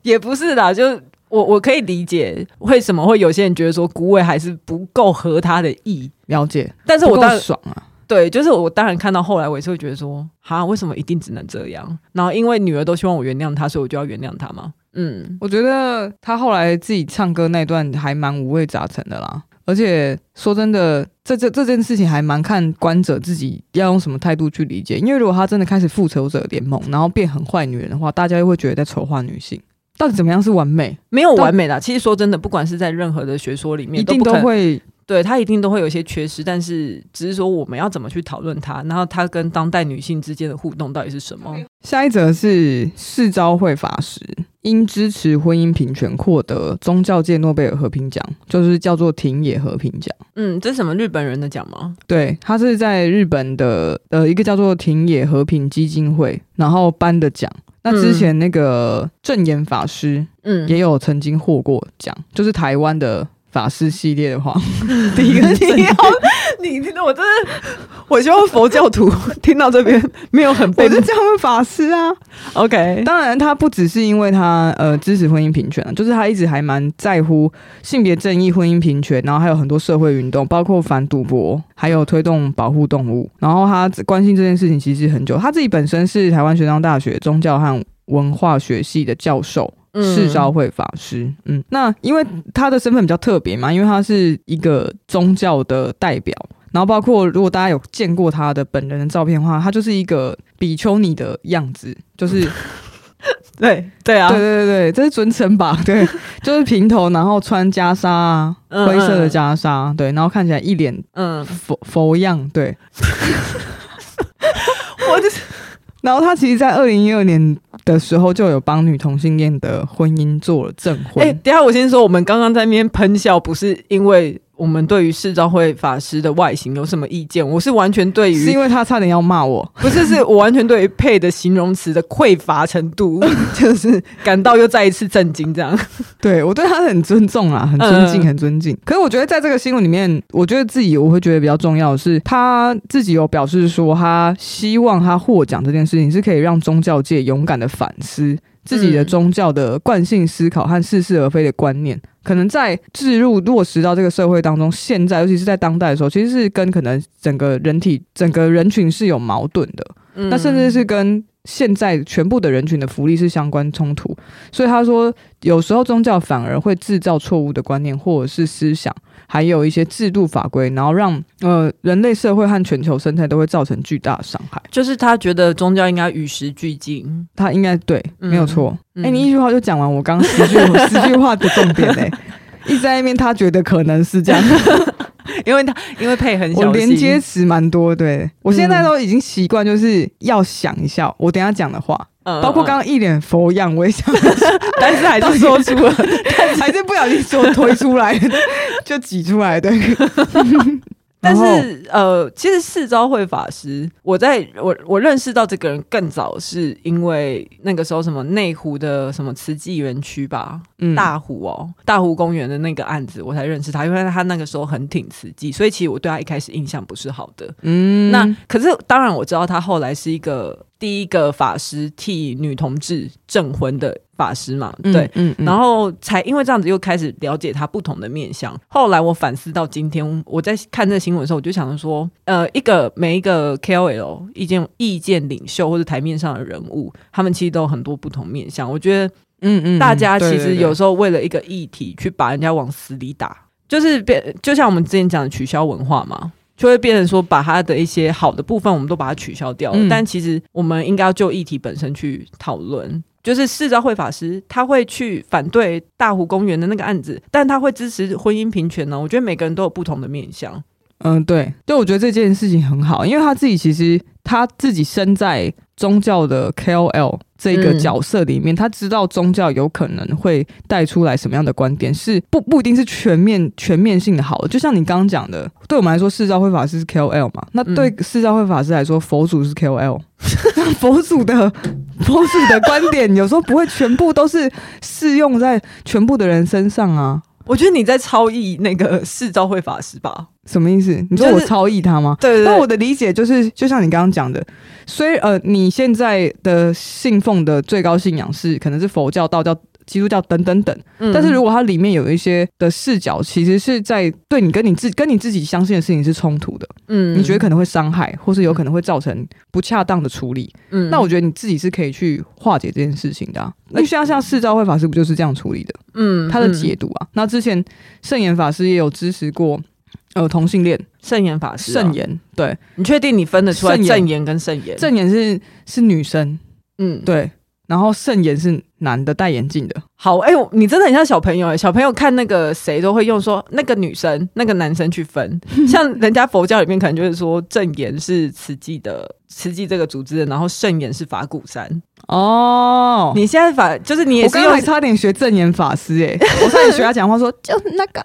[SPEAKER 2] 也不是啦，就。我我可以理解为什么会有些人觉得说古伟还是不够合他的意，
[SPEAKER 1] 了解，
[SPEAKER 2] 但是我
[SPEAKER 1] 不
[SPEAKER 2] 当
[SPEAKER 1] 够爽啊，
[SPEAKER 2] 对，就是我当然看到后来，我也是会觉得说，哈，为什么一定只能这样？然后因为女儿都希望我原谅她，所以我就要原谅她嘛。嗯，
[SPEAKER 1] 我觉得他后来自己唱歌那段还蛮五味杂陈的啦。而且说真的，这这这件事情还蛮看观者自己要用什么态度去理解。因为如果他真的开始复仇者联盟，然后变很坏女人的话，大家又会觉得在丑化女性。到底怎么样是完美？
[SPEAKER 2] 没有完美啦。其实说真的，不管是在任何的学说里面，
[SPEAKER 1] 一定
[SPEAKER 2] 不
[SPEAKER 1] 都
[SPEAKER 2] 可能
[SPEAKER 1] 会
[SPEAKER 2] 对它一定都会有一些缺失，但是只是说我们要怎么去讨论它，然后它跟当代女性之间的互动到底是什么？
[SPEAKER 1] 下一则是世昭会法师因支持婚姻平权获得宗教界诺贝尔和平奖，就是叫做田野和平奖。
[SPEAKER 2] 嗯，这是什么日本人的讲吗？
[SPEAKER 1] 对，他是在日本的呃一个叫做田野和平基金会，然后颁的奖。那之前那个正言法师
[SPEAKER 2] 嗯，
[SPEAKER 1] 也有曾经获过奖，就是台湾的法师系列的话，第一个是 正
[SPEAKER 2] 你
[SPEAKER 1] 言
[SPEAKER 2] 要你听，我真的，我希望佛教徒 听到这边没有很被
[SPEAKER 1] 我就叫他们法师啊。
[SPEAKER 2] OK，
[SPEAKER 1] 当然，他不只是因为他呃支持婚姻平权啊，就是他一直还蛮在乎性别正义、婚姻平权，然后还有很多社会运动，包括反赌博，还有推动保护动物。然后他关心这件事情其实很久。他自己本身是台湾学商大学宗教和文化学系的教授，
[SPEAKER 2] 嗯
[SPEAKER 1] 世昭会法师。嗯，那因为他的身份比较特别嘛，因为他是一个宗教的代表。然后包括如果大家有见过他的本人的照片的话，他就是一个比丘尼的样子，就是
[SPEAKER 2] 对对啊，
[SPEAKER 1] 对对对对，这是尊称 吧？对，就是平头，然后穿袈裟啊，
[SPEAKER 2] 嗯
[SPEAKER 1] 灰色的袈裟，对，然后看起来一脸
[SPEAKER 2] 嗯，
[SPEAKER 1] 佛佛样，对。
[SPEAKER 2] 我就是
[SPEAKER 1] 然后他其实，在二零一二年的时候，就有帮女同性恋的婚姻做了证婚。
[SPEAKER 2] 哎、等一下我先说，我们刚刚在那边喷笑，不是因为我们对于世昭会法师的外形有什么意见，我是完全对于
[SPEAKER 1] 是因为他差点要骂我，
[SPEAKER 2] 不是，是我完全对于配的形容词的匮乏程 度，就是感到又再一次震惊。这样，
[SPEAKER 1] 对我对他很尊重啊啦，很尊敬，
[SPEAKER 2] 嗯
[SPEAKER 1] 很尊敬。可是我觉得在这个新闻里面，我觉得自己我会觉得比较重要的是，他自己有表示说，他希望他获奖这件事情是可以让宗教界勇敢的反思自己的
[SPEAKER 2] 嗯
[SPEAKER 1] 宗教的惯性思考和似是而非的观念，可能在置入落实到这个社会当中，现在尤其是在当代的时候，其实是跟可能整个人体、整个人群是有矛盾的。
[SPEAKER 2] 嗯
[SPEAKER 1] 那甚至是跟现在全部的人群的福利是相关冲突。所以他说，有时候宗教反而会制造错误的观念或者是思想，还有一些制度法规，然后让呃人类社会和全球生态都会造成巨大的伤害。
[SPEAKER 2] 就是他觉得宗教应该与时俱进。
[SPEAKER 1] 他应该对，
[SPEAKER 2] 嗯
[SPEAKER 1] 没有错。哎、
[SPEAKER 2] 嗯
[SPEAKER 1] 你一句话就讲完我刚刚十句十句话的重点 嘞、一直在那边，他觉得可能是这样。
[SPEAKER 2] 因为他因为配很小
[SPEAKER 1] 我
[SPEAKER 2] 心
[SPEAKER 1] 连接词蛮多，对我现在都已经习惯，就是要想一下我等一下讲的话，
[SPEAKER 2] 嗯
[SPEAKER 1] 包括刚刚一脸佛样，我也想
[SPEAKER 2] 嗯但是还是说出 了，
[SPEAKER 1] 还是不小心说推出来 就挤出来的。 然
[SPEAKER 2] 但
[SPEAKER 1] 后
[SPEAKER 2] 是呃，其实世昭会法师，我在我我认识到这个人更早，是因为那个时候什么内湖的什么慈济园区吧，
[SPEAKER 1] 嗯
[SPEAKER 2] 大湖哦，大湖公园的那个案子，我才认识他，因为他那个时候很挺慈济，所以其实我对他一开始印象不是好的。
[SPEAKER 1] 嗯
[SPEAKER 2] 那可是当然我知道他后来是一个第一个法师替女同志证婚的法师嘛，对。
[SPEAKER 1] 嗯
[SPEAKER 2] 然后才因为这样子又开始了解他不同的面相。后来我反思到今天，我在看这个新闻的时候，我就想着说，呃，一个每一个 KOL 意见意见领袖或者台面上的人物，他们其实都有很多不同面相。我觉得
[SPEAKER 1] 嗯嗯
[SPEAKER 2] 大家其
[SPEAKER 1] 对
[SPEAKER 2] 实
[SPEAKER 1] 对对
[SPEAKER 2] 有时候为了一个议题去把人家往死里打，就是变，就像我们之前讲的取消文化嘛，就会变成说把它的一些好的部分我们都把它取消掉了。
[SPEAKER 1] 嗯
[SPEAKER 2] 但其实我们应该要就议题本身去讨论。就是世昭会法师，他会去反对大湖公园的那个案子，但他会支持婚姻平权呢。我觉得每个人都有不同的面向。
[SPEAKER 1] 嗯，对，对，我觉得这件事情很好，因为他自己其实他自己身在宗教的 KOL 这个
[SPEAKER 2] 嗯
[SPEAKER 1] 角色里面，他知道宗教有可能会带出来什么样的观点，是不不一定是全面全面性的好的。就像你刚刚讲的，对我们来说，世教会法师是 KOL 嘛，那
[SPEAKER 2] 嗯
[SPEAKER 1] 对世教会法师来说，佛祖是 KOL，那 佛祖的佛祖的观点有时候不会全部都是适用在全部的人身上啊。
[SPEAKER 2] 我觉得你在超译那个世昭会法师吧？
[SPEAKER 1] 什么意思？你说
[SPEAKER 2] 就
[SPEAKER 1] 我
[SPEAKER 2] 是
[SPEAKER 1] 超译他吗？
[SPEAKER 2] 对对
[SPEAKER 1] 那
[SPEAKER 2] 对，
[SPEAKER 1] 我的理解就是，就像你刚刚讲的，虽呃，你现在的信奉的最高信仰是可能是佛教、道教、基督教等等等，
[SPEAKER 2] 嗯
[SPEAKER 1] 但是如果它里面有一些的视角，其实是在对你跟你自跟你自己相信的事情是冲突的，
[SPEAKER 2] 嗯
[SPEAKER 1] 你觉得可能会伤害，或是有可能会造成不恰当的处理，
[SPEAKER 2] 嗯
[SPEAKER 1] 那我觉得你自己是可以去化解这件事情的、啊。那像像世昭会法师不就是这样处理的？
[SPEAKER 2] 嗯
[SPEAKER 1] 他的
[SPEAKER 2] 嗯
[SPEAKER 1] 解读啊，那之前圣严法师也有支持过。呃，同性恋
[SPEAKER 2] 圣言法师啊、
[SPEAKER 1] 圣言，对，
[SPEAKER 2] 你确定你分得出来
[SPEAKER 1] 圣言
[SPEAKER 2] 正言跟圣言？
[SPEAKER 1] 正眼是是女生，
[SPEAKER 2] 嗯，
[SPEAKER 1] 对，然后圣眼是男的戴眼镜的，
[SPEAKER 2] 好，哎、我你真的很像小朋友哎、小朋友看那个谁都会用说那个女生、那个男生去 分，像人家佛教里面可能就是说正言是慈济的慈济这个组织的，然后圣言是法鼓山。
[SPEAKER 1] 哦。
[SPEAKER 2] 你现在法就是你也
[SPEAKER 1] 我
[SPEAKER 2] 是
[SPEAKER 1] 刚刚
[SPEAKER 2] 用
[SPEAKER 1] 还差点学正眼法师 哎、我差点学他讲话说就那个，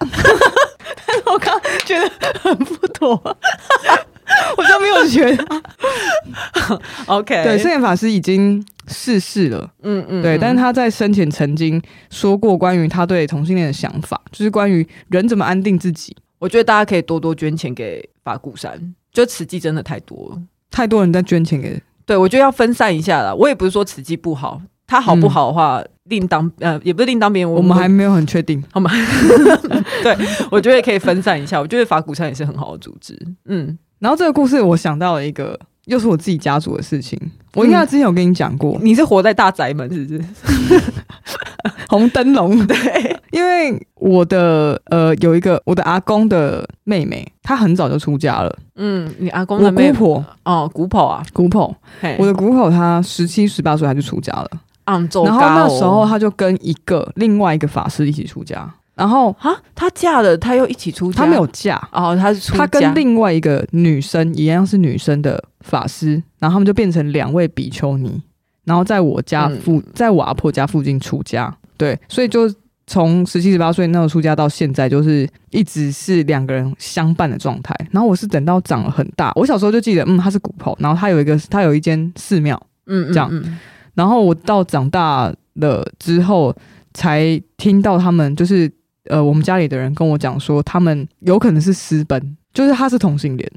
[SPEAKER 1] 我刚觉得很不妥， 我就没有学。
[SPEAKER 2] OK
[SPEAKER 1] 对，圣严法师已经逝世了，
[SPEAKER 2] 嗯嗯
[SPEAKER 1] 对，但是
[SPEAKER 2] 他
[SPEAKER 1] 他在生前曾经说过关于他对同性恋的想法，就是关于人怎么安定自己。
[SPEAKER 2] 我觉得大家可以多多捐钱给法鼓山，就慈济真的太多了。
[SPEAKER 1] 太多人在捐钱给，
[SPEAKER 2] 对，我觉得要分散一下啦。我也不是说慈济不好，它好不好的话，另当呃，也不是另当别
[SPEAKER 1] 嗯
[SPEAKER 2] 人。
[SPEAKER 1] 我们还没有很确定。
[SPEAKER 2] 我觉得可以分散一下。我觉得法鼓山也是很好的组织。嗯，
[SPEAKER 1] 然后这个故事我想到了一个，又是我自己家族的事情。我应该
[SPEAKER 2] 嗯
[SPEAKER 1] 之前有跟你讲 过、
[SPEAKER 2] 你是活在大宅门是不是？
[SPEAKER 1] 红灯笼， 对，因为我的呃有一个我的阿公的妹妹，她很早就出家了，
[SPEAKER 2] 嗯，你阿公
[SPEAKER 1] 我
[SPEAKER 2] 的妹
[SPEAKER 1] 姑婆
[SPEAKER 2] 哦，古婆啊，
[SPEAKER 1] 姑婆，
[SPEAKER 2] 嘿
[SPEAKER 1] 我的姑婆她十七十八岁她就出家了，
[SPEAKER 2] 昂州
[SPEAKER 1] 然后
[SPEAKER 2] 嘎
[SPEAKER 1] 那
[SPEAKER 2] 哦
[SPEAKER 1] 时候她就跟一个另外一个法师一起出家，然后
[SPEAKER 2] 啊，她嫁了，她又一起出家，
[SPEAKER 1] 她没有嫁，
[SPEAKER 2] 哦，她是出家，
[SPEAKER 1] 她跟另外一个女生一样是女生的法师，然后他们就变成两位比丘尼，然后在我家
[SPEAKER 2] 嗯
[SPEAKER 1] 附，在我阿婆家附近出家，对，所以就从十七十八岁那时候出家到现在，就是一直是两个人相伴的状态。然后我是等到长了很大，我小时候就记得，嗯，她是古婆，然后她有一个，她有一间寺庙，
[SPEAKER 2] 嗯嗯
[SPEAKER 1] 这样
[SPEAKER 2] 嗯
[SPEAKER 1] 然后我到长大了之后，才听到他们就是呃，我们家里的人跟我讲说，他们有可能是私奔，就是他是同性恋。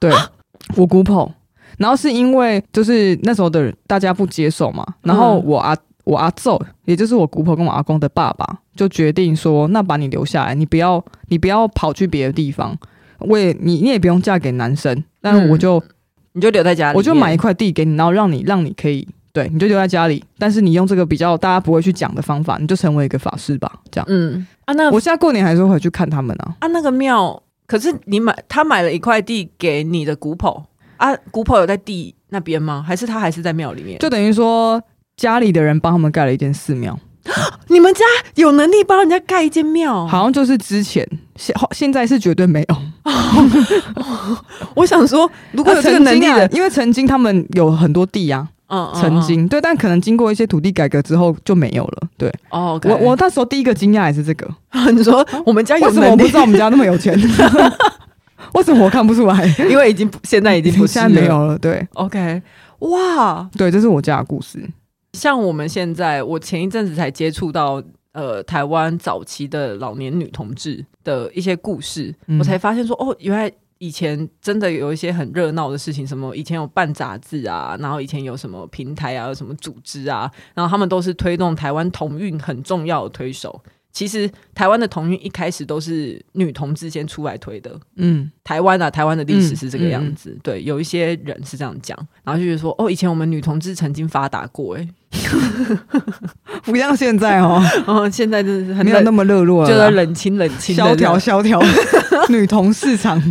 [SPEAKER 1] 对，我姑婆，然后是因为就是那时候的人大家不接受嘛，然后
[SPEAKER 2] 嗯
[SPEAKER 1] 我阿、我阿昼，也就是我姑婆跟我阿公的爸爸，就决定说，那把你留下来，你不要你不要跑去别的地方，我也你你也不用嫁给男生，但
[SPEAKER 2] 嗯
[SPEAKER 1] 我就
[SPEAKER 2] 你就留在家里面，
[SPEAKER 1] 我就买一块地给你，然后让你让你可以对，你就留在家里，但是你用这个比较大家不会去讲的方法，你就成为一个法师吧，这样。
[SPEAKER 2] 嗯啊那
[SPEAKER 1] 我现在过年还是会回去看他们啊，
[SPEAKER 2] 啊那个庙，可是你买他买了一块地给你的古婆啊，古婆有在地那边吗？还是他还是在庙里面？
[SPEAKER 1] 就等于说家里的人帮他们盖了一间寺庙，
[SPEAKER 2] 你们家有能力帮人家盖一间庙？，
[SPEAKER 1] 好像就是之前现现在是绝对没有，
[SPEAKER 2] 我想说，如
[SPEAKER 1] 如
[SPEAKER 2] 果有这个能力的，
[SPEAKER 1] 因为曾经他们有很多地啊，
[SPEAKER 2] 啊嗯嗯
[SPEAKER 1] 曾经对，但可能经过一些土地改革之后就没有了。对
[SPEAKER 2] 嗯哦，
[SPEAKER 1] 我我那时候第一个惊讶也是这个，
[SPEAKER 2] 我你说我们哎家有
[SPEAKER 1] 啊为什么我
[SPEAKER 2] 能
[SPEAKER 1] 不
[SPEAKER 2] 力
[SPEAKER 1] 知，道我们家那么有钱？ 为什么我看不出来？
[SPEAKER 2] 因 为已经不现在已经不是
[SPEAKER 1] 现在没
[SPEAKER 2] 了。
[SPEAKER 1] 有了，对。
[SPEAKER 2] OK，哇，
[SPEAKER 1] 对，这是我家的故事。
[SPEAKER 2] 像我们现在，我前一阵子才接触到呃台湾早期的老年女同志的一些故事，
[SPEAKER 1] 嗯
[SPEAKER 2] 我才发现说哦，原来。以前真的有一些很热闹的事情，什么以前有办杂志啊，然后以前有什么平台啊，有什么组织啊，然后他们都是推动台湾同运很重要的推手。其实台湾的同运一开始都是女同志先出来推的，
[SPEAKER 1] 嗯，
[SPEAKER 2] 台湾啊，台湾的历史是这个
[SPEAKER 1] 嗯嗯
[SPEAKER 2] 样
[SPEAKER 1] 嗯
[SPEAKER 2] 子。对，有一些人哎 是这样讲，然后就觉得说，哦，以前我们女同志曾经发达过、欸，
[SPEAKER 1] 不像现在哦，
[SPEAKER 2] 哦，现在真的 是很
[SPEAKER 1] 没有
[SPEAKER 2] 冷
[SPEAKER 1] 那，么热络
[SPEAKER 2] 就
[SPEAKER 1] 了
[SPEAKER 2] 是
[SPEAKER 1] 啦，
[SPEAKER 2] 冷清冷清的
[SPEAKER 1] 萧条
[SPEAKER 2] 这
[SPEAKER 1] 萧条， 女童市场。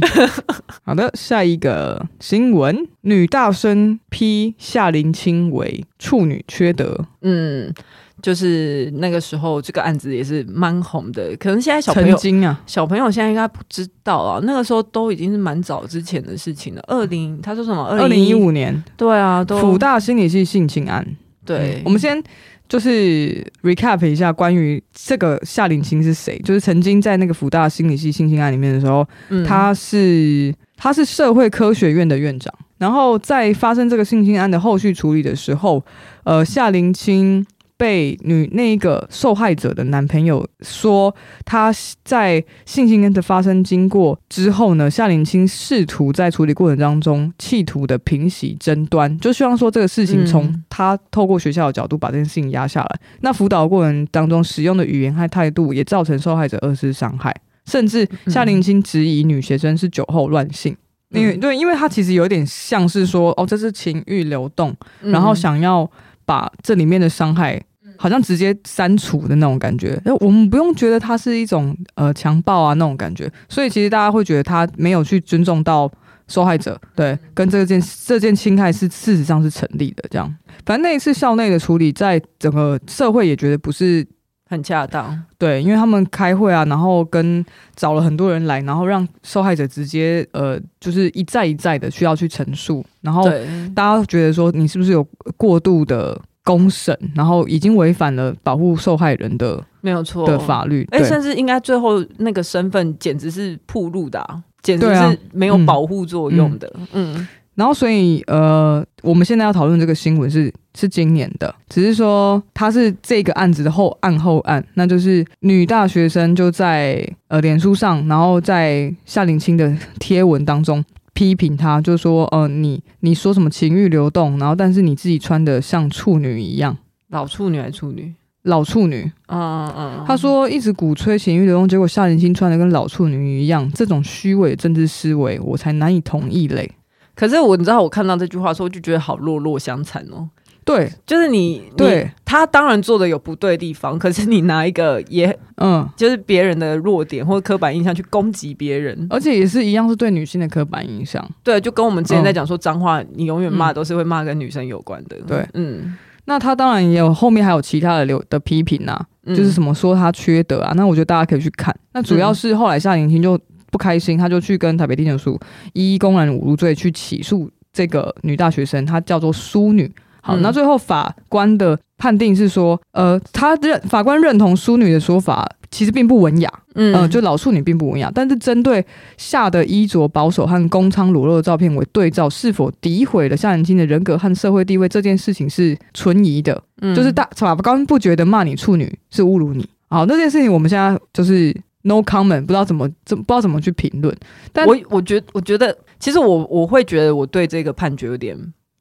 [SPEAKER 1] 好的，下一个新闻，女大生批夏林清为处女缺德，
[SPEAKER 2] 样，嗯，就是那个时候这个案子也是蛮红的，可能现在小朋
[SPEAKER 1] 曾
[SPEAKER 2] 友
[SPEAKER 1] 经啊，
[SPEAKER 2] 小朋友现在应该不知道啊，那个时候都已经是蛮早之前的事情了。二零，他说什么？
[SPEAKER 1] 二零一，五年
[SPEAKER 2] 对啊，都
[SPEAKER 1] 辅大心理系性侵案。
[SPEAKER 2] 对
[SPEAKER 1] 嗯，我们先就是 recap 一下关于这个夏林清是谁，就是曾经在那个辅大心理系性侵案里面的时候，
[SPEAKER 2] 嗯
[SPEAKER 1] 他是他是社会科学院的院长。然后在发生这个性侵案的后续处理的时候，呃，夏林清被女那个受害者的男朋友说，他在性侵案的发生经过之后呢，夏林清试图在处理过程当中企图的平息争端，就希望说这个事情从
[SPEAKER 2] 嗯
[SPEAKER 1] 他透过学校的角度把这件事情压下来。那辅导过程当中使用的语言和态度也造成受害者二次伤害。甚至夏林清质疑女学生是酒后乱性，
[SPEAKER 2] 嗯
[SPEAKER 1] 因为对，因为她其实有点像是说，哦，这是情欲流动，然
[SPEAKER 2] 嗯
[SPEAKER 1] 后，想要把这里面的伤害好像直接删除的那种感觉。那我们不用觉得它是一种呃强暴啊那种感觉，所以其实大家会觉得他没有去尊重到受害者，对，跟这件这件侵害是事实上是成立的。这样，反正那一次校内的处理，在整个社会也觉得不是
[SPEAKER 2] 嗯很恰当，
[SPEAKER 1] 对，因为他们开会啊，然后跟找了很多人来，然后让受害者直接呃，就是一再一再的需要去陈述，然后
[SPEAKER 2] 对，
[SPEAKER 1] 大家觉得说你是不是有过度的公审，然后已经违反了保护受害人的
[SPEAKER 2] 没有错
[SPEAKER 1] 的。法律，
[SPEAKER 2] 哎，
[SPEAKER 1] 对
[SPEAKER 2] 甚至应该最后那个身份简直是铺路的啊，简直
[SPEAKER 1] 对啊
[SPEAKER 2] 是没有保护作用的。嗯
[SPEAKER 1] 然后，所以呃，我们现在要讨论这个新闻是是今年的，只是说它是这个案子的后案后案，那就是女大学生就在呃脸书上，然后在夏林清的贴文当中批评她，就说呃你你说什么情欲流动，然后但是你自己穿的像处女一样，
[SPEAKER 2] 老处女还是处女？
[SPEAKER 1] 老处女。
[SPEAKER 2] 嗯嗯嗯，
[SPEAKER 1] 她说一直鼓吹情欲流动，结果夏林清穿的跟老处女一样，这种虚伪的政治思维，我才难以同意嘞。
[SPEAKER 2] 可是我你知道，我看到这句话的时候，我就觉得好弱弱相残哦。
[SPEAKER 1] 对
[SPEAKER 2] 就是你，你
[SPEAKER 1] 对，
[SPEAKER 2] 他当然做的有不对的地方，可 是你拿一个也
[SPEAKER 1] 嗯。
[SPEAKER 2] 就是别人的弱点或者刻板印象去攻击别人，
[SPEAKER 1] 而且也是一样是对女性的刻板印象。
[SPEAKER 2] 对，啊就跟我们之前在讲说脏话，你永远骂都是会骂跟女生有关的，
[SPEAKER 1] 嗯对
[SPEAKER 2] 嗯，
[SPEAKER 1] 那他当然也有后面还有其他的流的批评啊，就是什
[SPEAKER 2] 么，
[SPEAKER 1] 么说他缺德啊，那我觉得大家可以去看。那主要是后来夏林清就不开心，他就去跟台北地检署依公然侮辱罪去起诉这个女大学生，她叫做淑女。好，
[SPEAKER 2] 嗯
[SPEAKER 1] 那最后法官的判定是说，呃，他认法官认同淑女的说法，其实并不文雅，
[SPEAKER 2] 嗯
[SPEAKER 1] 呃，就老处女并不文雅，但是针对夏的衣着保守和公娼裸露的照片为对照，是否诋毁了夏仁清的人格和社会地位这件事情是存疑的。
[SPEAKER 2] 嗯
[SPEAKER 1] 就是大法官不觉得骂你处女是侮辱你。好，那件事情我们现在就是 no comment，不知道怎么怎不知道怎么去评论。但
[SPEAKER 2] 我我觉我觉得，其实我我会觉得我对这个判决有点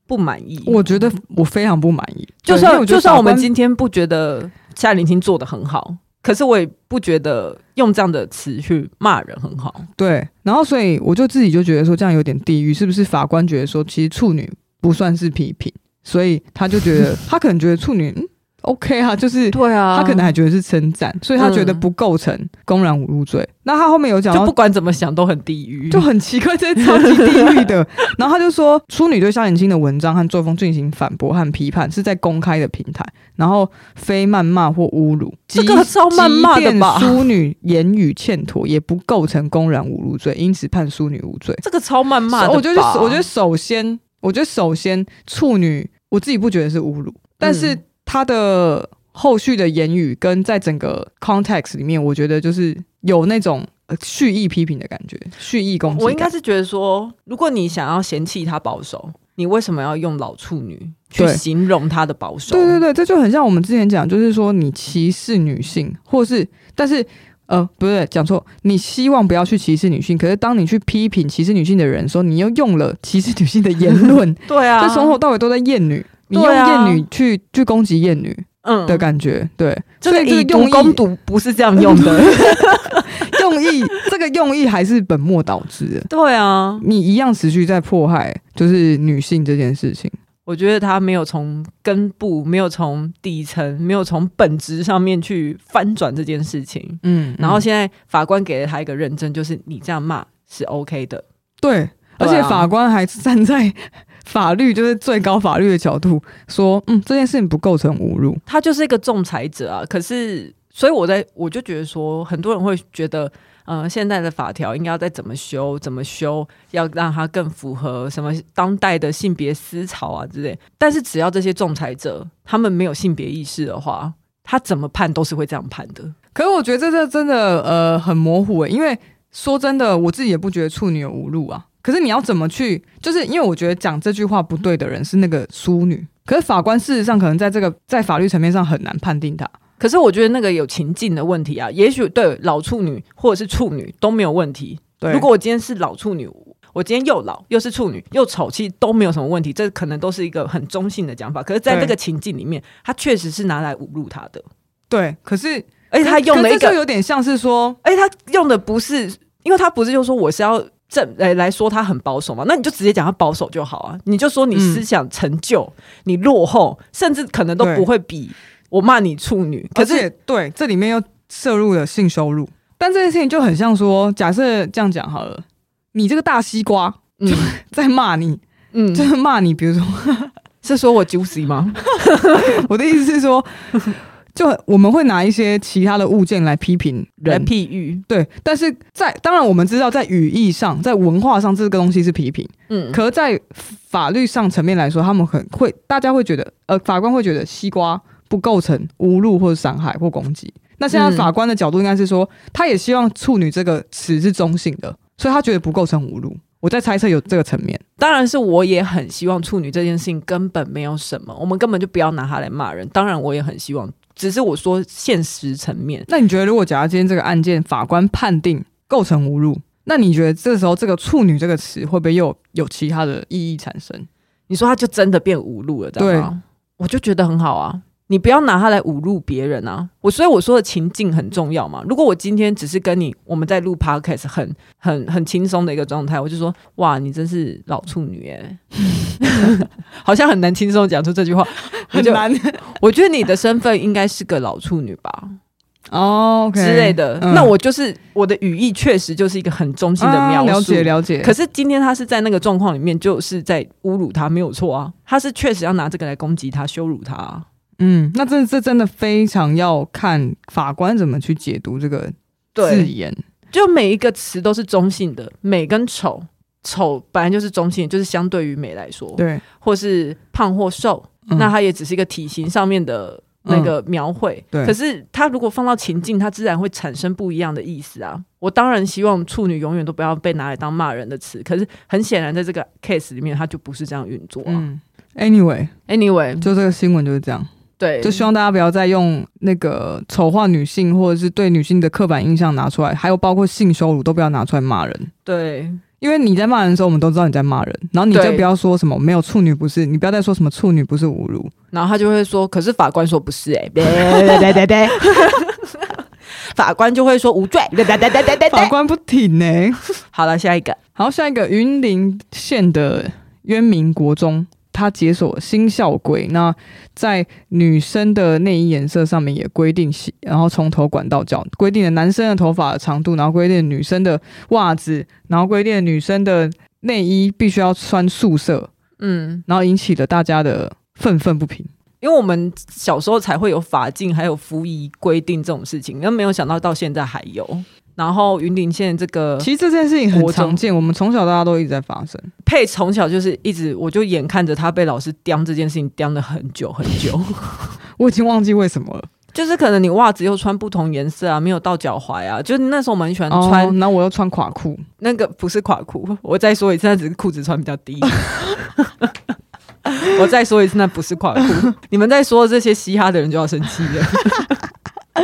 [SPEAKER 2] 不满意，
[SPEAKER 1] 我觉得我非常不满意，
[SPEAKER 2] 就
[SPEAKER 1] 对因为
[SPEAKER 2] 算
[SPEAKER 1] 觉
[SPEAKER 2] 就
[SPEAKER 1] 得
[SPEAKER 2] 算
[SPEAKER 1] 法
[SPEAKER 2] 我们
[SPEAKER 1] 官
[SPEAKER 2] 今天不觉得夏林清做的很好，可是我也不觉得用这样的词去骂人很好，
[SPEAKER 1] 对，然后所以我就自己就觉得说这样有点地狱，是不是法官觉得说其实处女不算是批评，所以他就觉 得他可能觉得处女、嗯、OK 啊，就是
[SPEAKER 2] 对啊
[SPEAKER 1] 他可能还觉得是称赞，所以他觉得
[SPEAKER 2] 嗯
[SPEAKER 1] 不构成公然侮辱罪。那他后面有讲
[SPEAKER 2] 就
[SPEAKER 1] 到
[SPEAKER 2] 不管怎么想都很地狱，
[SPEAKER 1] 就很奇怪，这是超级地狱 的。然后他就说，处女对夏衍清的文章和作风进行反驳和批判，是在公开的平台，然后非谩骂或侮辱，
[SPEAKER 2] 这个超谩骂的吧
[SPEAKER 1] 即便淑女言语欠妥，也不构成公然侮辱罪，因此判淑女无罪。
[SPEAKER 2] 这个超谩骂的吧。
[SPEAKER 1] 我觉得，我觉得首先，我觉得首先，处女我自己不觉得是侮辱，但是
[SPEAKER 2] 嗯
[SPEAKER 1] 她的后续的言语跟在整个 context 里面，我觉得就是有那种。呃蓄意批评的感觉，蓄意攻击感。
[SPEAKER 2] 我应该是觉得说，如果你想要嫌弃她保守，你为什么要用老处女去
[SPEAKER 1] 对
[SPEAKER 2] 形容她的保守？
[SPEAKER 1] 对对对，这就很像我们之前讲，就是说你歧视女性，或是但是呃，不对，讲错，你希望不要去歧视女性，可是当你去批评歧视女性的人的时候，你又用了歧视女性的言论，
[SPEAKER 2] 对对啊，
[SPEAKER 1] 就从头到尾都在厌女。你用
[SPEAKER 2] 对啊
[SPEAKER 1] 厌女去、去攻击厌女
[SPEAKER 2] 嗯
[SPEAKER 1] 的感觉，对，
[SPEAKER 2] 就
[SPEAKER 1] 所
[SPEAKER 2] 是
[SPEAKER 1] 以这个
[SPEAKER 2] 以毒
[SPEAKER 1] 用意
[SPEAKER 2] 攻毒，不是这样用 的。
[SPEAKER 1] 用意 这个用意还是本末倒置的，
[SPEAKER 2] 对啊，
[SPEAKER 1] 你一样持续在迫害就是女性这件事情。
[SPEAKER 2] 我觉得他没有从根部，没有从底层，没有从本质上面去翻转这件事情。
[SPEAKER 1] 嗯，
[SPEAKER 2] 然后
[SPEAKER 1] 嗯
[SPEAKER 2] 现在法官给了他一个认证，就是你这样骂是 OK 的。
[SPEAKER 1] 对，而且
[SPEAKER 2] 对啊
[SPEAKER 1] 法官还是站在法律，就是最高法律的角度说，嗯，这件事情不构成侮辱。
[SPEAKER 2] 他就是一个仲裁者啊。可是，所以我在我就觉得说，很多人会觉得，呃，现在的法条应该要再怎么修，怎么修，要让它更符合什么当代的性别思潮啊之类。但是，只要这些仲裁者他们没有性别意识的话，他怎么判都是会这样判的。
[SPEAKER 1] 可是我觉得这真的呃很模糊、欸，因为说真的，我自己也不觉得处女有侮辱啊。可是你要怎么去？就是因为我觉得讲这句话不对的人是那个淑女，可是法官事实上可能在这个在法律层面上很难判定她。
[SPEAKER 2] 可是，我觉得那个有情境的问题啊，也许对老处女或者是处女都没有问题，
[SPEAKER 1] 对，
[SPEAKER 2] 如果我今天是老处女，我今天又老又是处女又丑，其实都没有什么问题，这可能都是一个很中性的讲法。可是，在
[SPEAKER 1] 对
[SPEAKER 2] 这个情境里面，他确实是拿来侮辱他的，
[SPEAKER 1] 对，可是
[SPEAKER 2] 而且他用了一
[SPEAKER 1] 可是这就
[SPEAKER 2] 个，
[SPEAKER 1] 有点像是说，
[SPEAKER 2] 而且他用的不是，因为他不是就说我是要正来来说他很保守嘛，那你就直接讲他保守就好啊，你就说你思想陈旧，你落后，甚至可能都
[SPEAKER 1] 嗯对
[SPEAKER 2] 不会比我骂你处女，可
[SPEAKER 1] 可
[SPEAKER 2] 是
[SPEAKER 1] 是对这里面又摄入了性羞辱，但这件事情就很像说，假设这样讲好了，你这个大西瓜
[SPEAKER 2] 嗯
[SPEAKER 1] 在骂你，就
[SPEAKER 2] 嗯，
[SPEAKER 1] 是骂你，比如说
[SPEAKER 2] 是说我 juicy 吗？
[SPEAKER 1] 我的意思是说，就我们会拿一些其他的物件来批评
[SPEAKER 2] 来
[SPEAKER 1] 人，
[SPEAKER 2] 譬喻，
[SPEAKER 1] 对。但是在当然我们知道，在语义上，在文化上，这个东西是批评。
[SPEAKER 2] 嗯，
[SPEAKER 1] 可在法律上层面来说，他们很会，大家会觉得，呃，法官会觉得西瓜不构成侮辱或者伤害或攻击。那现在
[SPEAKER 2] 嗯
[SPEAKER 1] 法官的角度应该是说，他也希望“处女”这个词是中性的，所以他觉得不构成侮辱。我在猜测有这个层面，
[SPEAKER 2] 当然是我也很希望处女这件事情根本没有什么，我们根本就不要拿它来骂人。当然我也很希望，只是我说现实层面，
[SPEAKER 1] 那你觉得，如果假如今天这个案件法官判定构成侮辱，那你觉得这时候这个“处女”这个词会不会又有其他的意义产生？
[SPEAKER 2] 你说它就真的变侮辱了，知道吗？我就觉得很好啊。你不要拿它来侮辱别人啊！我所以我说的情境很重要嘛。如果我今天只是跟你我们在录 podcast，很很很轻松的一个状态，我就说哇，你真是老处女哎、好像很难轻松地讲出这句话。我就我觉得你的身份应该是个老处女吧？
[SPEAKER 1] 哦，OK
[SPEAKER 2] 之类的。
[SPEAKER 1] 嗯
[SPEAKER 2] 那我就是我的语义确实就是一个很中性的描
[SPEAKER 1] 啊
[SPEAKER 2] 述。
[SPEAKER 1] 了解了解。
[SPEAKER 2] 可是今天他是在那个状况里面，就是在侮辱他，没有错啊。他是确实要拿这个来攻击他、羞辱他、啊。
[SPEAKER 1] 嗯，那这这真的非常要看法官怎么去解读这个字
[SPEAKER 2] 对，
[SPEAKER 1] 眼。
[SPEAKER 2] 就每一个词都是中性的，美跟丑，丑本来就是中性，就是相对于美来说，
[SPEAKER 1] 对，
[SPEAKER 2] 或是胖或瘦，
[SPEAKER 1] 嗯
[SPEAKER 2] 那它也只是一个体型上面的那个描绘。
[SPEAKER 1] 对
[SPEAKER 2] 可是它如果放到情境，它自然会产生不一样的意思啊。我当然希望处女永远都不要被拿来当骂人的词，可是很显然，在这个 case 里面，它就不是这样运作、啊。
[SPEAKER 1] 嗯，anyway，
[SPEAKER 2] Anyway，
[SPEAKER 1] 就这个新闻就是这样，
[SPEAKER 2] 对，
[SPEAKER 1] 就希望大家不要再用那个丑化女性或者是对女性的刻板印象拿出来，还有包括性羞辱都不要拿出来骂人。
[SPEAKER 2] 对
[SPEAKER 1] 因为你在骂人的时候，我们都知道你在骂人，然后你就
[SPEAKER 2] 对
[SPEAKER 1] 不要说什么没有处女不是，你不要再说什么处女不是侮辱，
[SPEAKER 2] 然后他就会说：“可是法官说不是、欸，哎， 对对对对， 法官就会说无罪，对对对对对对
[SPEAKER 1] 法官不挺呢、
[SPEAKER 2] 好了，下一个，
[SPEAKER 1] 好，下一个云林县的渊明国中，它解锁新校规，那在女生的内衣颜色上面也规定系，然后从头管到脚，规定了男生的头发的长度，然后规定了女生的袜子，然后规定了女生的内衣必须要穿素色，
[SPEAKER 2] 嗯，
[SPEAKER 1] 然后引起了大家的愤愤不平。
[SPEAKER 2] 因为我们小时候才会有法禁还有服役规定这种事情，那没有想到到现在还有。然后云林县这个
[SPEAKER 1] 其实这件事情很
[SPEAKER 2] 国中
[SPEAKER 1] 常见，我们从小到大都一直在发生。
[SPEAKER 2] 佩从小就是一直，我就眼看着他被老师刁这件事情刁了很久很久，
[SPEAKER 1] 我已经忘记为什么了。
[SPEAKER 2] 就是可能你袜子又穿不同颜色啊，没有到脚踝啊，就是那时候我们很喜欢
[SPEAKER 1] 哦
[SPEAKER 2] 穿，
[SPEAKER 1] 然后我又穿垮裤，
[SPEAKER 2] 那个不是垮裤，我再说一次，那只是裤子穿比较低。 我再说一次，那不是垮裤。你们在说这些嘻哈的人就要生气了。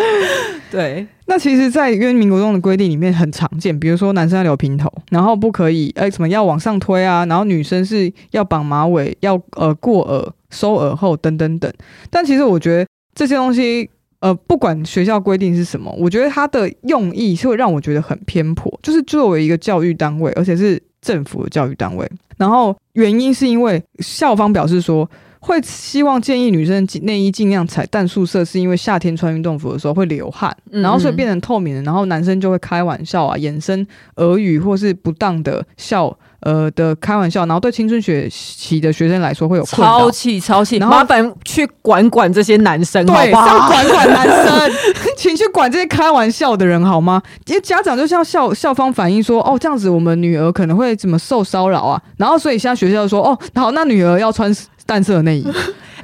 [SPEAKER 2] 对，
[SPEAKER 1] 那其实，在渊明国中的规定里面很常见，比如说男生要留平头，然后不可以哎什么要往上推啊，然后女生是要绑马尾，要呃过耳、收耳后等等等。但其实我觉得这些东西，呃，不管学校规定是什么，我觉得它的用意是会让我觉得很偏颇，就是作为一个教育单位，而且是。政府的教育单位。然后原因是因为校方表示说，会希望建议女生内衣尽量踩淡素色，是因为夏天穿运动服的时候会流汗，
[SPEAKER 2] 嗯
[SPEAKER 1] 然后所以变成透明的，然后男生就会开玩笑啊，衍生俄语或是不当的笑呃的开玩笑，然后对青春学期的学生来说会有困扰
[SPEAKER 2] 超。气超气，
[SPEAKER 1] 然后
[SPEAKER 2] 麻烦去管管这些男生好
[SPEAKER 1] 对，
[SPEAKER 2] 不
[SPEAKER 1] 上
[SPEAKER 2] 好？
[SPEAKER 1] 管管男生， 请去管这些开玩笑的人好吗？因为家长就向校校方反映说，哦，这样子我们女儿可能会怎么受骚扰啊？然后所以现在学校就说，哦，好，那女儿要穿淡色的内衣。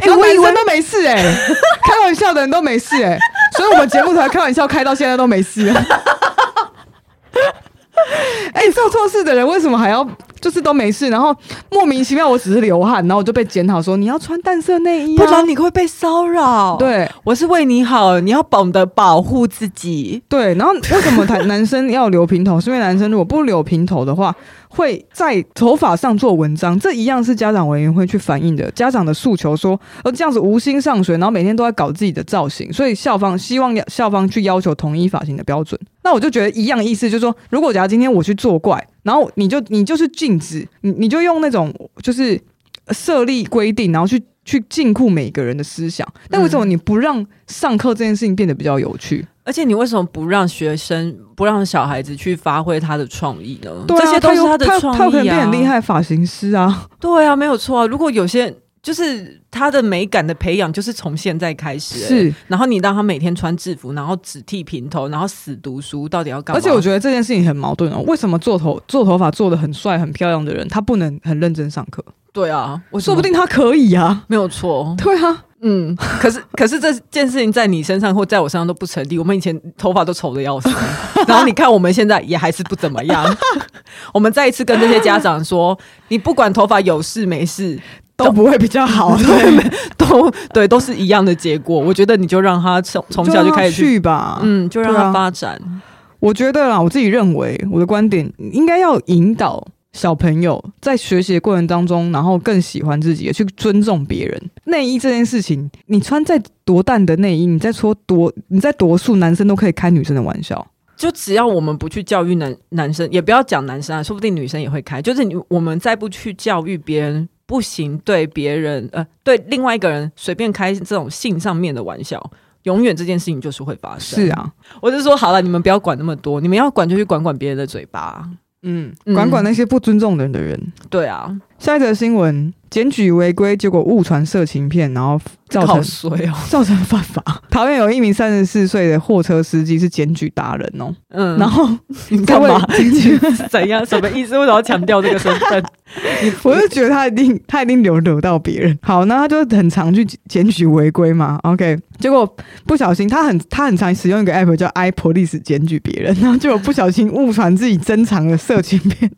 [SPEAKER 1] 哎、
[SPEAKER 2] 哎我
[SPEAKER 1] 我
[SPEAKER 2] 以
[SPEAKER 1] 以为
[SPEAKER 2] 为
[SPEAKER 1] 都没事哎、 开玩笑的人都没事哎、所以我们节目才开玩笑开到现在都没事、啊。 哎、做错事的人为什么还要就是都没事？然后莫名其妙，我只是流汗，然后我就被检讨说你要穿淡色内衣、啊，
[SPEAKER 2] 不然你会被骚扰。，
[SPEAKER 1] 对。
[SPEAKER 2] 我是为你好，你要懂得保护自己。
[SPEAKER 1] 对，然后为什么男男生要留平头？是因为男生如果不留平头的话，会在头发上做文章，这一样是家长委员会去反映的。家长的诉求说，呃，这样子无心上学，然后每天都在搞自己的造型，所以校方希望校方去要求统一发型的标准。那我就觉得一样意思，就是说，如果假如今天我去作怪，然后你就你就是禁止，你你就用那种就是设立规定，然后去。去禁锢每个人的思想，但为什么你不让上课这件事情变得比较有趣？
[SPEAKER 2] 而且你为什么不让学生、不让小孩子去发挥他的创意呢？
[SPEAKER 1] 对啊、
[SPEAKER 2] 这些都是
[SPEAKER 1] 有
[SPEAKER 2] 他的
[SPEAKER 1] 他
[SPEAKER 2] 创
[SPEAKER 1] 他有可能
[SPEAKER 2] 意
[SPEAKER 1] 变
[SPEAKER 2] 啊。
[SPEAKER 1] 很厉害的发型师啊，
[SPEAKER 2] 对啊，没有错啊。如果有些就是他的美感的培养，就是从现在开始、欸。
[SPEAKER 1] 是。
[SPEAKER 2] 然后你让他每天穿制服，然后只剃平头，然后死读书，到底要干嘛？
[SPEAKER 1] 而且我觉得这件事情很矛盾哦，为什么做头做头发做的很帅很漂亮的人，他不能很认真上课？
[SPEAKER 2] 对啊，我
[SPEAKER 1] 说不定他可以啊。
[SPEAKER 2] 没有错。
[SPEAKER 1] 对啊，
[SPEAKER 2] 嗯， 可是可是这件事情在你身上或在我身上都不成立。我们以前头发都丑的 要死，然后你看我们现在也还是不怎么样。 我们再一次跟这些家长说，你不管头发有事没事，
[SPEAKER 1] 都不会比较好，对，
[SPEAKER 2] 都对都是一样的结果。我觉得你就让他从 从小就
[SPEAKER 1] 让他，
[SPEAKER 2] 开始
[SPEAKER 1] 去吧。嗯，
[SPEAKER 2] 嗯，就让
[SPEAKER 1] 对
[SPEAKER 2] 他
[SPEAKER 1] 啊
[SPEAKER 2] 发展。
[SPEAKER 1] 我觉得啦，我自己认为我的观点应该要引导小朋友在学习的过程当中，然后更喜欢自己，也去尊重别人。内衣这件事情，你穿再多淡的内衣，你再说多你再多素，男生都可以开女生的玩笑。
[SPEAKER 2] 就只要我们不去教育男男生，也不要讲男生啊，说不定女生也会开。就是你我们再不去教育别人不行，对别人呃对另外一个人随便开这种性上面的玩笑，永远这件事情就是会发生。
[SPEAKER 1] 是，啊，
[SPEAKER 2] 我就说好了，你们不要管那么多，你们要管就去管管别人的嘴巴。
[SPEAKER 1] 嗯
[SPEAKER 2] 嗯，
[SPEAKER 1] 管管那些不尊重人的人。
[SPEAKER 2] 对啊，
[SPEAKER 1] 下一则新闻：检举违规，结果误传色情片，然后
[SPEAKER 2] 这
[SPEAKER 1] 造
[SPEAKER 2] 个好
[SPEAKER 1] 成
[SPEAKER 2] 衰哦。
[SPEAKER 1] 造成犯 法。桃园有一名三十四岁的货车司机是检举达人哦，
[SPEAKER 2] 嗯，
[SPEAKER 1] 然后
[SPEAKER 2] 你
[SPEAKER 1] 这
[SPEAKER 2] 干
[SPEAKER 1] 位
[SPEAKER 2] 嘛？
[SPEAKER 1] 检举，
[SPEAKER 2] 怎样？什么意思？为什么要强调这个身份？
[SPEAKER 1] 我就觉得他一定他一定有惹到别人。好，那他就很常去检举违规嘛。OK，结果不小心，他很他很常使用一个 app 叫 iPolice 检举别人，然后结果不小心误传自己珍藏的色情片。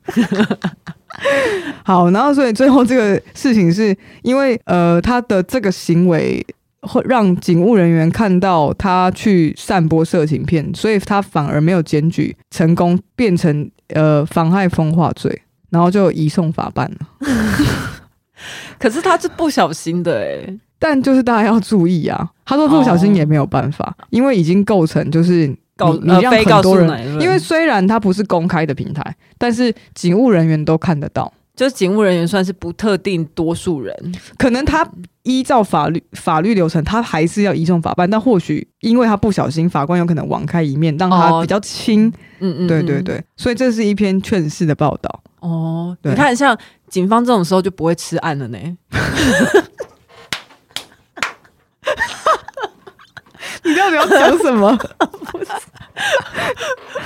[SPEAKER 1] 好，然后所以最后这个事情是因为呃他的这个行为。会让警务人员看到他去散播色情片，所以他反而没有检举成功，变成呃妨害风化罪，然后就移送法办了。
[SPEAKER 2] 可是他是不小心的哎、
[SPEAKER 1] 但就是大家要注意啊，他说不小心也没有办法，因为已经构成就是你
[SPEAKER 2] 哦告
[SPEAKER 1] 你
[SPEAKER 2] 呃
[SPEAKER 1] 让
[SPEAKER 2] 非告
[SPEAKER 1] 很
[SPEAKER 2] 诉
[SPEAKER 1] 多
[SPEAKER 2] 男
[SPEAKER 1] 人，
[SPEAKER 2] 人，
[SPEAKER 1] 因为虽然它不是公开的平台，但是警务人员都看得到，
[SPEAKER 2] 就是警务人员算是不特定多数人。
[SPEAKER 1] 可能他依照法律法律流程，他还是要移送法办，但或许因为他不小心，法官有可能网开一面，让他
[SPEAKER 2] 哦
[SPEAKER 1] 比较轻。
[SPEAKER 2] 嗯嗯，
[SPEAKER 1] 对
[SPEAKER 2] 嗯
[SPEAKER 1] 对。对，所以这是一篇劝世的报 道。
[SPEAKER 2] 哦，
[SPEAKER 1] 对
[SPEAKER 2] 你看，像警方这种时候就不会吃案了呢。
[SPEAKER 1] 你到底要讲什么？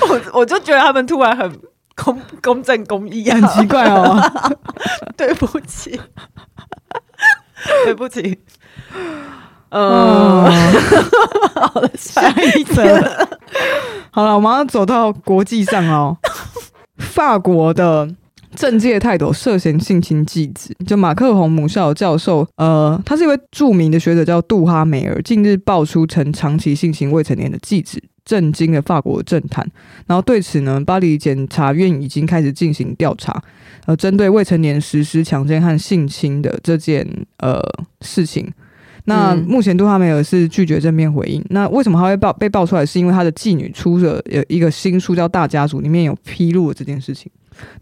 [SPEAKER 2] 我我就觉得他们突然很公公正公义 啊
[SPEAKER 1] 很奇怪哦。
[SPEAKER 2] 对不起， 对不起。
[SPEAKER 1] 嗯
[SPEAKER 2] 嗯，，好了，下一
[SPEAKER 1] 真的 好了，我们要走到国际上哦。法国的政界泰斗涉嫌性侵继子，就马克洪母校教授，呃，他是一位著名的学者，叫杜哈梅尔，近日爆出曾长期性侵未成年的继子。震惊了法国政坛，然后对此呢，巴黎检察院已经开始进行调查，呃，针对未成年实施强奸和性侵的这件呃事情。那
[SPEAKER 2] 嗯
[SPEAKER 1] 目前杜哈梅尔是拒绝正面回应。那为什么他会爆被爆出来？是因为他的妓女出了呃一个新书叫《大家族》，里面有披露了这件事情。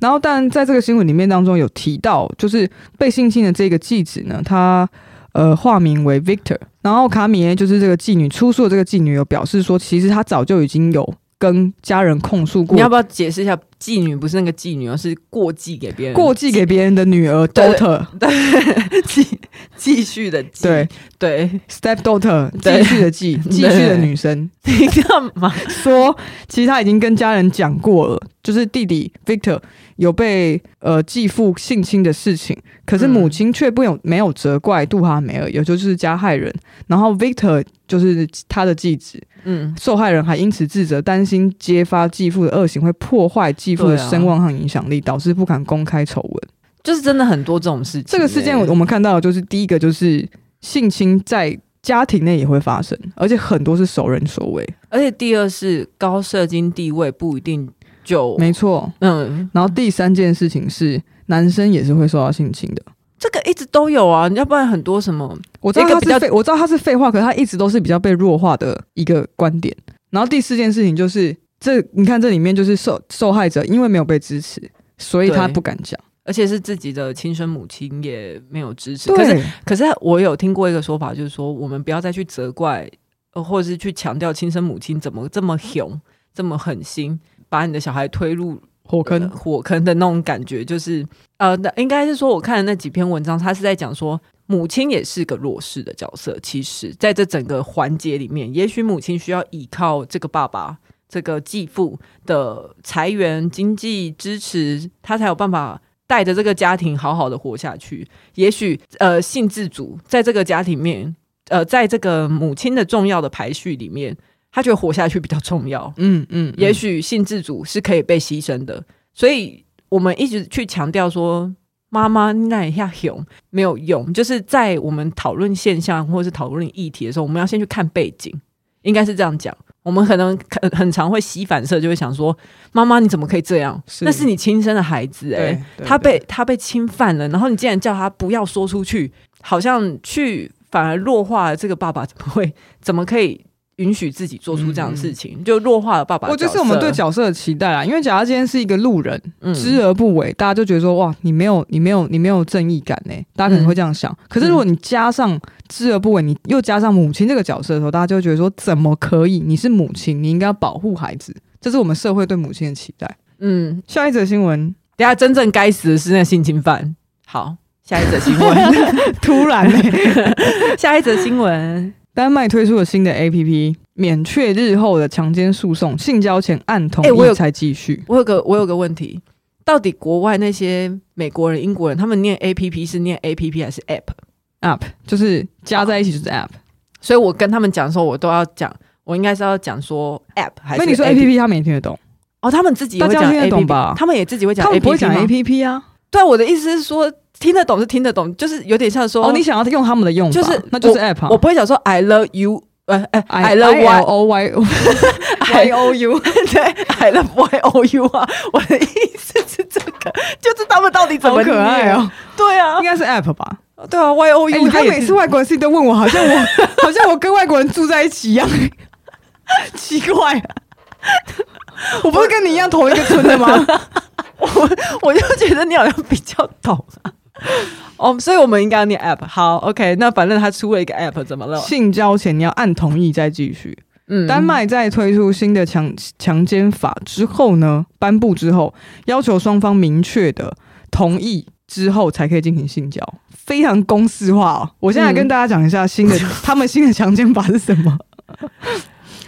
[SPEAKER 1] 然后，但在这个新闻里面当中有提到，就是被性侵的这个记者呢，他呃化名为 Victor，然后卡米耶就是这个妓女出诉的这个妓女有表示说，其实她早就已经有跟家人控诉过
[SPEAKER 2] 你要不要解释一下？妓女不是那个妓女哦，是过继给别人，
[SPEAKER 1] 过继给别人的女儿
[SPEAKER 2] 对
[SPEAKER 1] daughter，
[SPEAKER 2] 继继续的继。
[SPEAKER 1] 对
[SPEAKER 2] 对，
[SPEAKER 1] step daughter，
[SPEAKER 2] 对
[SPEAKER 1] 继续的继，继续的女生
[SPEAKER 2] 你干嘛？
[SPEAKER 1] 说，其实她已经跟家人讲过了，就是弟弟 Victor 有被呃继父性侵的事情，可是
[SPEAKER 2] 嗯
[SPEAKER 1] 母亲却不有没有责怪杜哈梅尔，也就是加害人，然后 Victor 就是他的继子，
[SPEAKER 2] 嗯，
[SPEAKER 1] 受害人还因此自责，担心揭发继父的恶行会破坏继父的
[SPEAKER 2] 对啊
[SPEAKER 1] 声望和影响力，导致不敢公开丑闻。
[SPEAKER 2] 就是真的很多这种事情欸。
[SPEAKER 1] 这个事件我我们看到的就是第一个就是性侵在家庭内也会发生，而且很多是熟人所为，
[SPEAKER 2] 而且第二是高社经地位不一定就
[SPEAKER 1] 没错。
[SPEAKER 2] 嗯，
[SPEAKER 1] 然后第三件事情是男生也是会受到性侵的。
[SPEAKER 2] 这个一直都有啊，要不然很多什么
[SPEAKER 1] 我知道
[SPEAKER 2] 一个
[SPEAKER 1] 他
[SPEAKER 2] 比较
[SPEAKER 1] 是废，我知道他是废话，可是他一直都是比较被弱化的一个观点。然后第四件事情就是这，你看这里面就是受受害者因为没有被支持，所以他
[SPEAKER 2] 对
[SPEAKER 1] 不敢讲。
[SPEAKER 2] 而且是自己的亲生母亲也没有支持。可是，
[SPEAKER 1] 对，
[SPEAKER 2] 可是我有听过一个说法，就是说我们不要再去责怪，呃或者是去强调亲生母亲怎么这么凶、这么狠心，把你的小孩推入
[SPEAKER 1] 火
[SPEAKER 2] 呃
[SPEAKER 1] 坑
[SPEAKER 2] 火坑的那种感觉。就是呃，那应该是说我看的那几篇文章，他是在讲说。母亲也是个弱势的角色，其实在这整个环节里面，也许母亲需要依靠这个爸爸、这个继父的财源、经济支持，他才有办法带着这个家庭好好的活下去。也许呃，性自主在这个家庭面，呃，在这个母亲的重要的排序里面，他觉得活下去比较重要。
[SPEAKER 1] 嗯嗯，
[SPEAKER 2] 也许性自主是可以被牺牲的，所以我们一直去强调说。妈妈那一下熊没有用，就是在我们讨论现象或是讨论议题的时候，我们要先去看背景，应该是这样讲。我们可能很很常会吸反射，就会想说：“妈妈，你怎么可以这样？
[SPEAKER 1] 是
[SPEAKER 2] 那是你亲生的孩子哎、
[SPEAKER 1] 对，对
[SPEAKER 2] 他
[SPEAKER 1] 对
[SPEAKER 2] 被他被侵犯了，然后你竟然叫他不要说出去，好像去反而弱化了这个爸爸怎么会怎么可以允许自己做出这样的事情，就弱化了爸爸的
[SPEAKER 1] 嗯我
[SPEAKER 2] 角
[SPEAKER 1] 就是
[SPEAKER 2] 色。
[SPEAKER 1] 我们对角色的期待啦，啊因为假如今天是一个路人，
[SPEAKER 2] 嗯
[SPEAKER 1] 知而不为，大家就觉得说哇，你没有你没有你没有正义感呢、大
[SPEAKER 2] 嗯
[SPEAKER 1] 家可能会这样想。可是如果你加上知而不为，你又加上母亲这个角色的时候，大家就会觉得说怎么可以？你是母亲，你应该要保护孩子，这是我们社会对母亲的期待。
[SPEAKER 2] 嗯，
[SPEAKER 1] 下一则新闻，
[SPEAKER 2] 等一下真正该死的是那性侵犯。好，下一则 新闻，
[SPEAKER 1] 突然、欸，
[SPEAKER 2] 下一则新闻，
[SPEAKER 1] 丹麦推出了新的 A P P，免却日后的强奸诉讼，性交前按同
[SPEAKER 2] 欸我
[SPEAKER 1] 意
[SPEAKER 2] 有
[SPEAKER 1] 才继续。
[SPEAKER 2] 我有个我有个问题，到底国外那些美国人、英国人，他们念 A P P 是念 A P P 还是 App？
[SPEAKER 1] App 就是加在一起就是 App，
[SPEAKER 2] 所以我跟他们讲的时候，我都要讲，我应该是要讲说 App 还是
[SPEAKER 1] 那你说 A P
[SPEAKER 2] APP
[SPEAKER 1] P 他们也听得懂，
[SPEAKER 2] 哦，他们自己也会
[SPEAKER 1] 大家
[SPEAKER 2] 讲
[SPEAKER 1] 听得
[SPEAKER 2] A
[SPEAKER 1] 懂
[SPEAKER 2] P P，
[SPEAKER 1] 吧
[SPEAKER 2] 他们也自己会讲
[SPEAKER 1] 他
[SPEAKER 2] A
[SPEAKER 1] 们不
[SPEAKER 2] P
[SPEAKER 1] 会
[SPEAKER 2] P
[SPEAKER 1] 讲 A
[SPEAKER 2] 吗？
[SPEAKER 1] P P 啊。
[SPEAKER 2] 对，我的意思是说，听得懂是听得懂，就是有点像说，
[SPEAKER 1] 哦，你想要用他们的用法，
[SPEAKER 2] 就是
[SPEAKER 1] 那就是 app 啊。
[SPEAKER 2] 我不会讲说 I love you，呃呃
[SPEAKER 1] I
[SPEAKER 2] ，I love
[SPEAKER 1] I L
[SPEAKER 2] Y，
[SPEAKER 1] O Y Y O U，
[SPEAKER 2] 对，I love Y O U 啊，我的意思是这个，就是他们到底怎
[SPEAKER 1] 好
[SPEAKER 2] 么
[SPEAKER 1] 可爱
[SPEAKER 2] 念？
[SPEAKER 1] 哦，
[SPEAKER 2] 对啊
[SPEAKER 1] 应，该是 app 吧？
[SPEAKER 2] 对啊，Y O
[SPEAKER 1] 哎，你
[SPEAKER 2] U，他
[SPEAKER 1] 看
[SPEAKER 2] 也
[SPEAKER 1] 每次
[SPEAKER 2] 是
[SPEAKER 1] 外国人事情都问我，好像我 好像我跟外国人住在一起一 样，奇怪啊。我不是跟你一样同一个村的 吗？
[SPEAKER 2] 我就觉得你好像比较懂啊。哦、所以我们应该要念 app。好，OK，那反正他出了一个 app，怎么了？
[SPEAKER 1] 性交前你要按同意再继续。
[SPEAKER 2] 嗯
[SPEAKER 1] 丹麦在推出新的强强奸法之后呢，颁布之后，要求双方明确的同意之后才可以进行性交，非常公式化哦。我现在来
[SPEAKER 2] 嗯
[SPEAKER 1] 跟大家讲一下新的、他们新的强奸法是什么。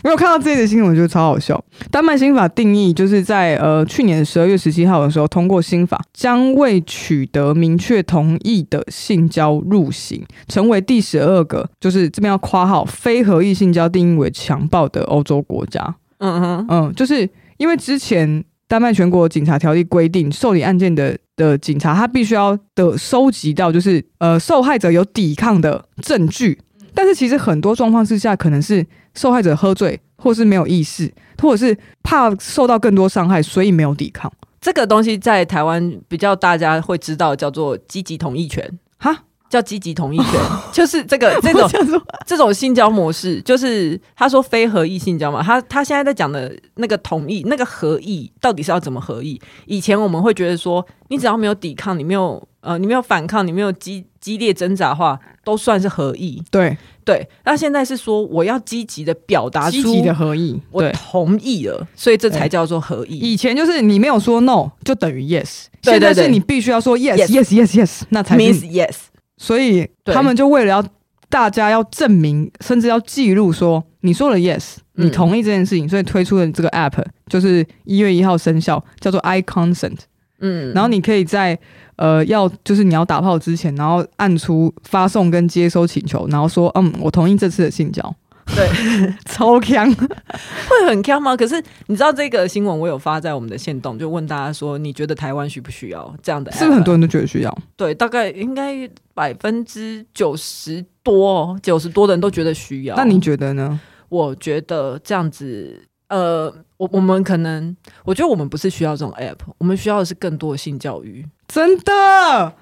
[SPEAKER 1] 我有看到这则新闻，我觉得超好笑。丹麦新法定义就是在呃去年十二月十七号的时候通过新法，将未取得明确同意的性交入刑，成为第十二个，就是这边要括号非合意性交定义为强暴的欧洲国家。
[SPEAKER 2] 嗯哼，
[SPEAKER 1] 嗯，就是因为之前丹麦全国警察条例规定，受理案件的的警察他必须要的收集到，就是呃受害者有抵抗的证据。
[SPEAKER 2] 嗯
[SPEAKER 1] 但是其实很多状况之下，可能是受害者喝醉，或是没有意识，或者是怕受到更多伤害，所以没有抵抗。
[SPEAKER 2] 这个东西在台湾比较大家会知道，叫做积极同意权。
[SPEAKER 1] 哈，
[SPEAKER 2] 叫积极同意 权，就是这个这种
[SPEAKER 1] 我想说
[SPEAKER 2] 这种性交模式，就是他说非合意性交嘛，他他现在在讲的那个同意，那个合意到底是要怎么合意？以前我们会觉得说，你只要没有抵抗，你没有呃，你没有反抗，你没有激激烈挣扎的话，都算是合意。
[SPEAKER 1] 对，
[SPEAKER 2] 对，那现在是说我要积极的表达
[SPEAKER 1] 积
[SPEAKER 2] 出
[SPEAKER 1] 极的合意，
[SPEAKER 2] 我
[SPEAKER 1] 对。
[SPEAKER 2] 同意了，所以这才叫做合意。
[SPEAKER 1] 以前就是你没有说 no 就等于 yes，现
[SPEAKER 2] 对
[SPEAKER 1] 在
[SPEAKER 2] 对对
[SPEAKER 1] 是你必须要说 yes
[SPEAKER 2] Yes
[SPEAKER 1] yes yes yes，那才
[SPEAKER 2] Means
[SPEAKER 1] 是。
[SPEAKER 2] yes，
[SPEAKER 1] 所以
[SPEAKER 2] 对
[SPEAKER 1] 他们就为了要大家要证明，甚至要记录说你说了 yes，
[SPEAKER 2] 嗯
[SPEAKER 1] 你同意这件事情，所以推出了这个 app，就是一月一号生效，叫做 i consent。
[SPEAKER 2] 嗯，
[SPEAKER 1] 然后你可以在呃要就是你要打炮之前，然后按出发送跟接收请求，然后说嗯我同意这次的性交。
[SPEAKER 2] 对，
[SPEAKER 1] 超强。
[SPEAKER 2] 会很 c 吗？可是你知道这个新闻，我有发在我们的线动，就问大家说，你觉得台湾需不需要这样的 app？
[SPEAKER 1] 是不是很多人都觉得需要？
[SPEAKER 2] 对，大概应该百分之九十多，九十多的人都觉得需要。
[SPEAKER 1] 那你觉得呢？
[SPEAKER 2] 我觉得这样子，呃，我我们可能，我觉得我们不是需要这种 app，我们需要的是更多的性教育。
[SPEAKER 1] 真的，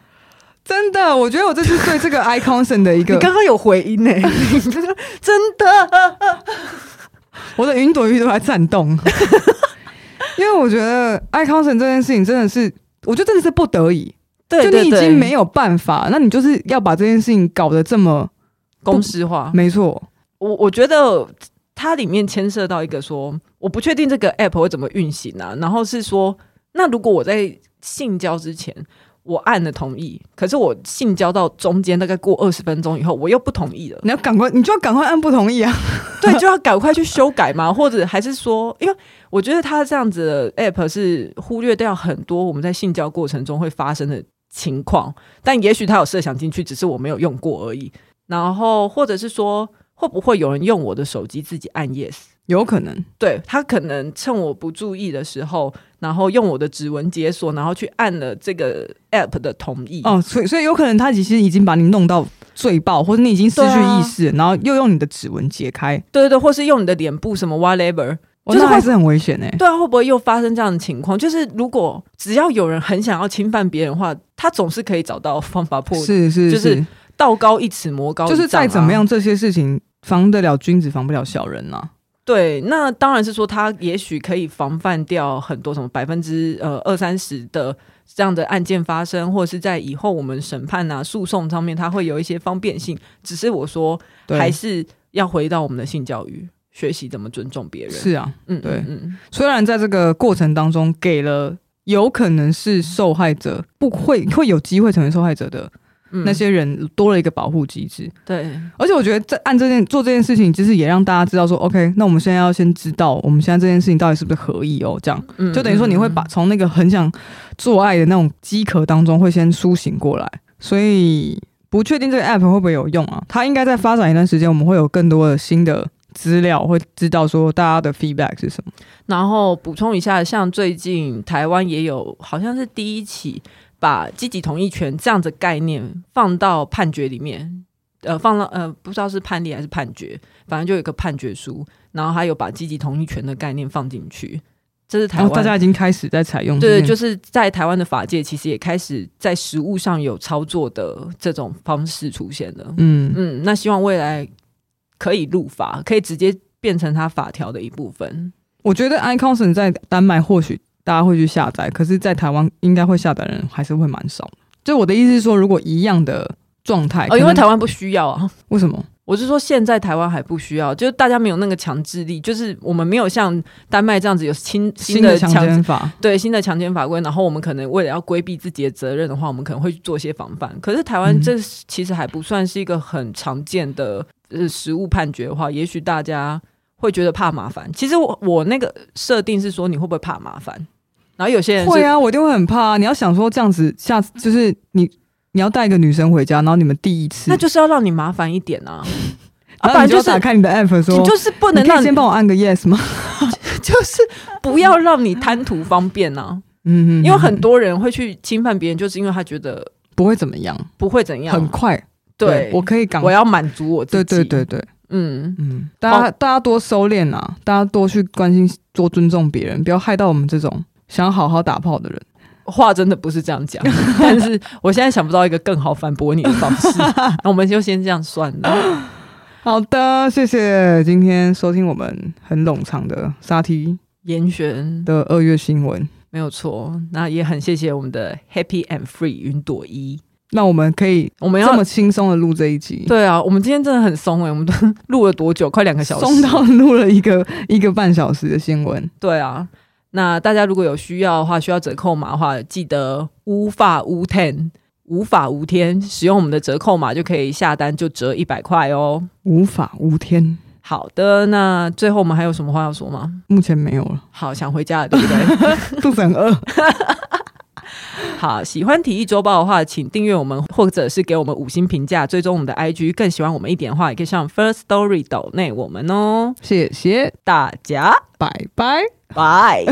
[SPEAKER 1] 真的，我觉得我这是对这个 icon 的一
[SPEAKER 2] 你
[SPEAKER 1] 个，
[SPEAKER 2] 刚刚有回音
[SPEAKER 1] 欸
[SPEAKER 2] 呢、真的，
[SPEAKER 1] 我的云朵鱼都在颤动， 因为我觉得 icon 这件事情真的是，我觉得真的是不得已，
[SPEAKER 2] 对对
[SPEAKER 1] 就你已
[SPEAKER 2] 对，
[SPEAKER 1] 经没有办法，那你就是要把这件事情搞得这么，
[SPEAKER 2] 公式化。
[SPEAKER 1] 没错，
[SPEAKER 2] 我我觉得它里面牵涉到一个说，我不确定这个 app 会怎么运行啊。然后是说，那如果我在性交之前我按了同意，可是我性交到中间大概过二十分钟以后，我又不同意了，
[SPEAKER 1] 你要赶快，你就要赶快按不同意啊，
[SPEAKER 2] 对，就要赶快去修改嘛，或者还是说，因为我觉得它这样子的 app 是忽略掉很多我们在性交过程中会发生的情况，但也许它有设想进去，只是我没有用过而已。然后或者是说，会不会有人用我的手机自己按 yes？
[SPEAKER 1] 有可能，
[SPEAKER 2] 对他可能趁我不注意的时候，然后用我的指纹解锁，然后去按了这个 app 的同意。
[SPEAKER 1] 哦，所以所以有可能他其实已经把你弄到最爆，或者你已经失去
[SPEAKER 2] 对啊
[SPEAKER 1] 意识，然后又用你的指纹解开，
[SPEAKER 2] 对对对，或是用你的脸部什么 whatever。
[SPEAKER 1] 哦
[SPEAKER 2] 就是
[SPEAKER 1] 那还
[SPEAKER 2] 会
[SPEAKER 1] 是很危险哎、
[SPEAKER 2] 对啊，会不会又发生这样的情况？就是如果只要有人很想要侵犯别人的话，他总是可以找到方法破。
[SPEAKER 1] 是是
[SPEAKER 2] 就是道高一尺，魔高一丈、啊。
[SPEAKER 1] 就是再怎么，样，这些事情防得了君子，防不了小人啊呐、
[SPEAKER 2] 对，那当然是说他也许可以防范掉很多什么百分之呃二三十的这样的案件发生，或者是在以后我们审判啊、诉讼上面，它会有一些方便性。只是我说，
[SPEAKER 1] 对，
[SPEAKER 2] 还是要回到我们的性教育，学习怎么尊重别人。
[SPEAKER 1] 是啊。
[SPEAKER 2] 嗯，嗯，
[SPEAKER 1] 对
[SPEAKER 2] 嗯，
[SPEAKER 1] 虽然在这个过程当中，给了有可能是受害者不会会有机会成为受害者的
[SPEAKER 2] 嗯
[SPEAKER 1] 那些人多了一个保护机制，
[SPEAKER 2] 对
[SPEAKER 1] 而且我觉得这按这件做这件事情，就是也让大家知道说，OK，那我们现在要先知道我们现在这件事情到底是不是合意哦，这样
[SPEAKER 2] 嗯
[SPEAKER 1] 就等于说你会把从那个很想做爱的那种饥渴当中会先苏醒过来，所以不确定这个 app 会不会有用啊？它应该在发展一段时间，我们会有更多的新的资料，会知道说大家的 feedback 是什么。
[SPEAKER 2] 然后补充一下，像最近台湾也有，好像是第一起把积极同意权这样的概念放到判决里面，呃，放到呃，不知道是判例还是判决，反正就有一个判决书，然后还有把积极同意权的概念放进去，这是台
[SPEAKER 1] 然
[SPEAKER 2] 湾、
[SPEAKER 1] 哦后大家已经开始在采用这
[SPEAKER 2] 对，
[SPEAKER 1] 件，
[SPEAKER 2] 就是在台湾的法界，其实也开始在实务上有操作的这种方式出现了。
[SPEAKER 1] 嗯，
[SPEAKER 2] 嗯，那希望未来可以入法，可以直接变成它法条的一部分。
[SPEAKER 1] 我觉得 iconson 在丹麦或许大家会去下载，可是，在台湾应该会下载的人还是会蛮少的。就我的意思是说，如果一样的状态，
[SPEAKER 2] 哦，因
[SPEAKER 1] 哎可
[SPEAKER 2] 为
[SPEAKER 1] 能
[SPEAKER 2] 台湾不需要啊。
[SPEAKER 1] 为什么？
[SPEAKER 2] 我是说，现在台湾还不需要，就是大家没有那个强制力，就是我们没有像丹麦这样子有新
[SPEAKER 1] 新
[SPEAKER 2] 的
[SPEAKER 1] 的强奸法，
[SPEAKER 2] 对新的强奸法规，然后我们可能为了要规避自己的责任的话，我们可能会去做一些防范。可是台湾
[SPEAKER 1] 嗯
[SPEAKER 2] 这其实还不算是一个很常见的呃实物判决的话，也许大家会觉得怕麻烦。其实我我那个设定是说你会不会怕麻烦，然后有些人是
[SPEAKER 1] 会啊，我一定会很怕、啊。你要想说这样子，下次就是你你要带一个女生回家，然后你们第一次，
[SPEAKER 2] 那就是要让你麻烦一点啊，
[SPEAKER 1] 然
[SPEAKER 2] 啊，不
[SPEAKER 1] 后
[SPEAKER 2] 然
[SPEAKER 1] 你就
[SPEAKER 2] 就是
[SPEAKER 1] 打开你的 app 说，
[SPEAKER 2] 你就是不能
[SPEAKER 1] 你可
[SPEAKER 2] 让
[SPEAKER 1] 以先帮我按个 yes 吗？
[SPEAKER 2] 就是不要让你贪图方便啊，
[SPEAKER 1] 嗯嗯，
[SPEAKER 2] 因为很
[SPEAKER 1] 嗯
[SPEAKER 2] 多人会去侵犯别人，就是因为他觉得
[SPEAKER 1] 不会怎么样，
[SPEAKER 2] 不会怎样，
[SPEAKER 1] 很快，
[SPEAKER 2] 对
[SPEAKER 1] 我可以赶
[SPEAKER 2] 我，要满足我自
[SPEAKER 1] 对
[SPEAKER 2] 己，
[SPEAKER 1] 对对，对，
[SPEAKER 2] 嗯，
[SPEAKER 1] 嗯，大家、大家多收敛啊，大家多去关心，多尊重别人，不要害到我们这种想好好打炮的人。
[SPEAKER 2] 话真的不是这样讲， 但是我现在想不到一个更好反驳你的方 式，那我们就先这样算了。
[SPEAKER 1] 好的，谢谢今天收听我们很冗长的沙提
[SPEAKER 2] 严选
[SPEAKER 1] 的二月新闻。
[SPEAKER 2] 没有错，那也很谢谢我们的 Happy and Free 云朵一，
[SPEAKER 1] 那我们可以
[SPEAKER 2] 我们
[SPEAKER 1] 这
[SPEAKER 2] 要
[SPEAKER 1] 么轻松的录这一集，
[SPEAKER 2] 对啊，我们今天真的很松哎、我们都录了多久？快两个小时，
[SPEAKER 1] 松到录了一个一个半小时的新闻。
[SPEAKER 2] 对啊，那大家如果有需要的话，需要折扣码的话，记得无法无天，无法无天，使用我们的折扣码就可以下单，就折一百块哦。
[SPEAKER 1] 无法无天，
[SPEAKER 2] 好的，那最后我们还有什么话要说吗？
[SPEAKER 1] 目前没有 了，
[SPEAKER 2] 好，想回家了，对不对？
[SPEAKER 1] 肚子很饿。
[SPEAKER 2] 好，喜欢体育周报的话，请订阅我们，或者是给我们五星评价，追踪我们的 IG。更喜欢我们一点的话，也可以上 First Story 岛内我们哦。
[SPEAKER 1] 谢谢，
[SPEAKER 2] 大家
[SPEAKER 1] 拜拜。
[SPEAKER 2] 拜。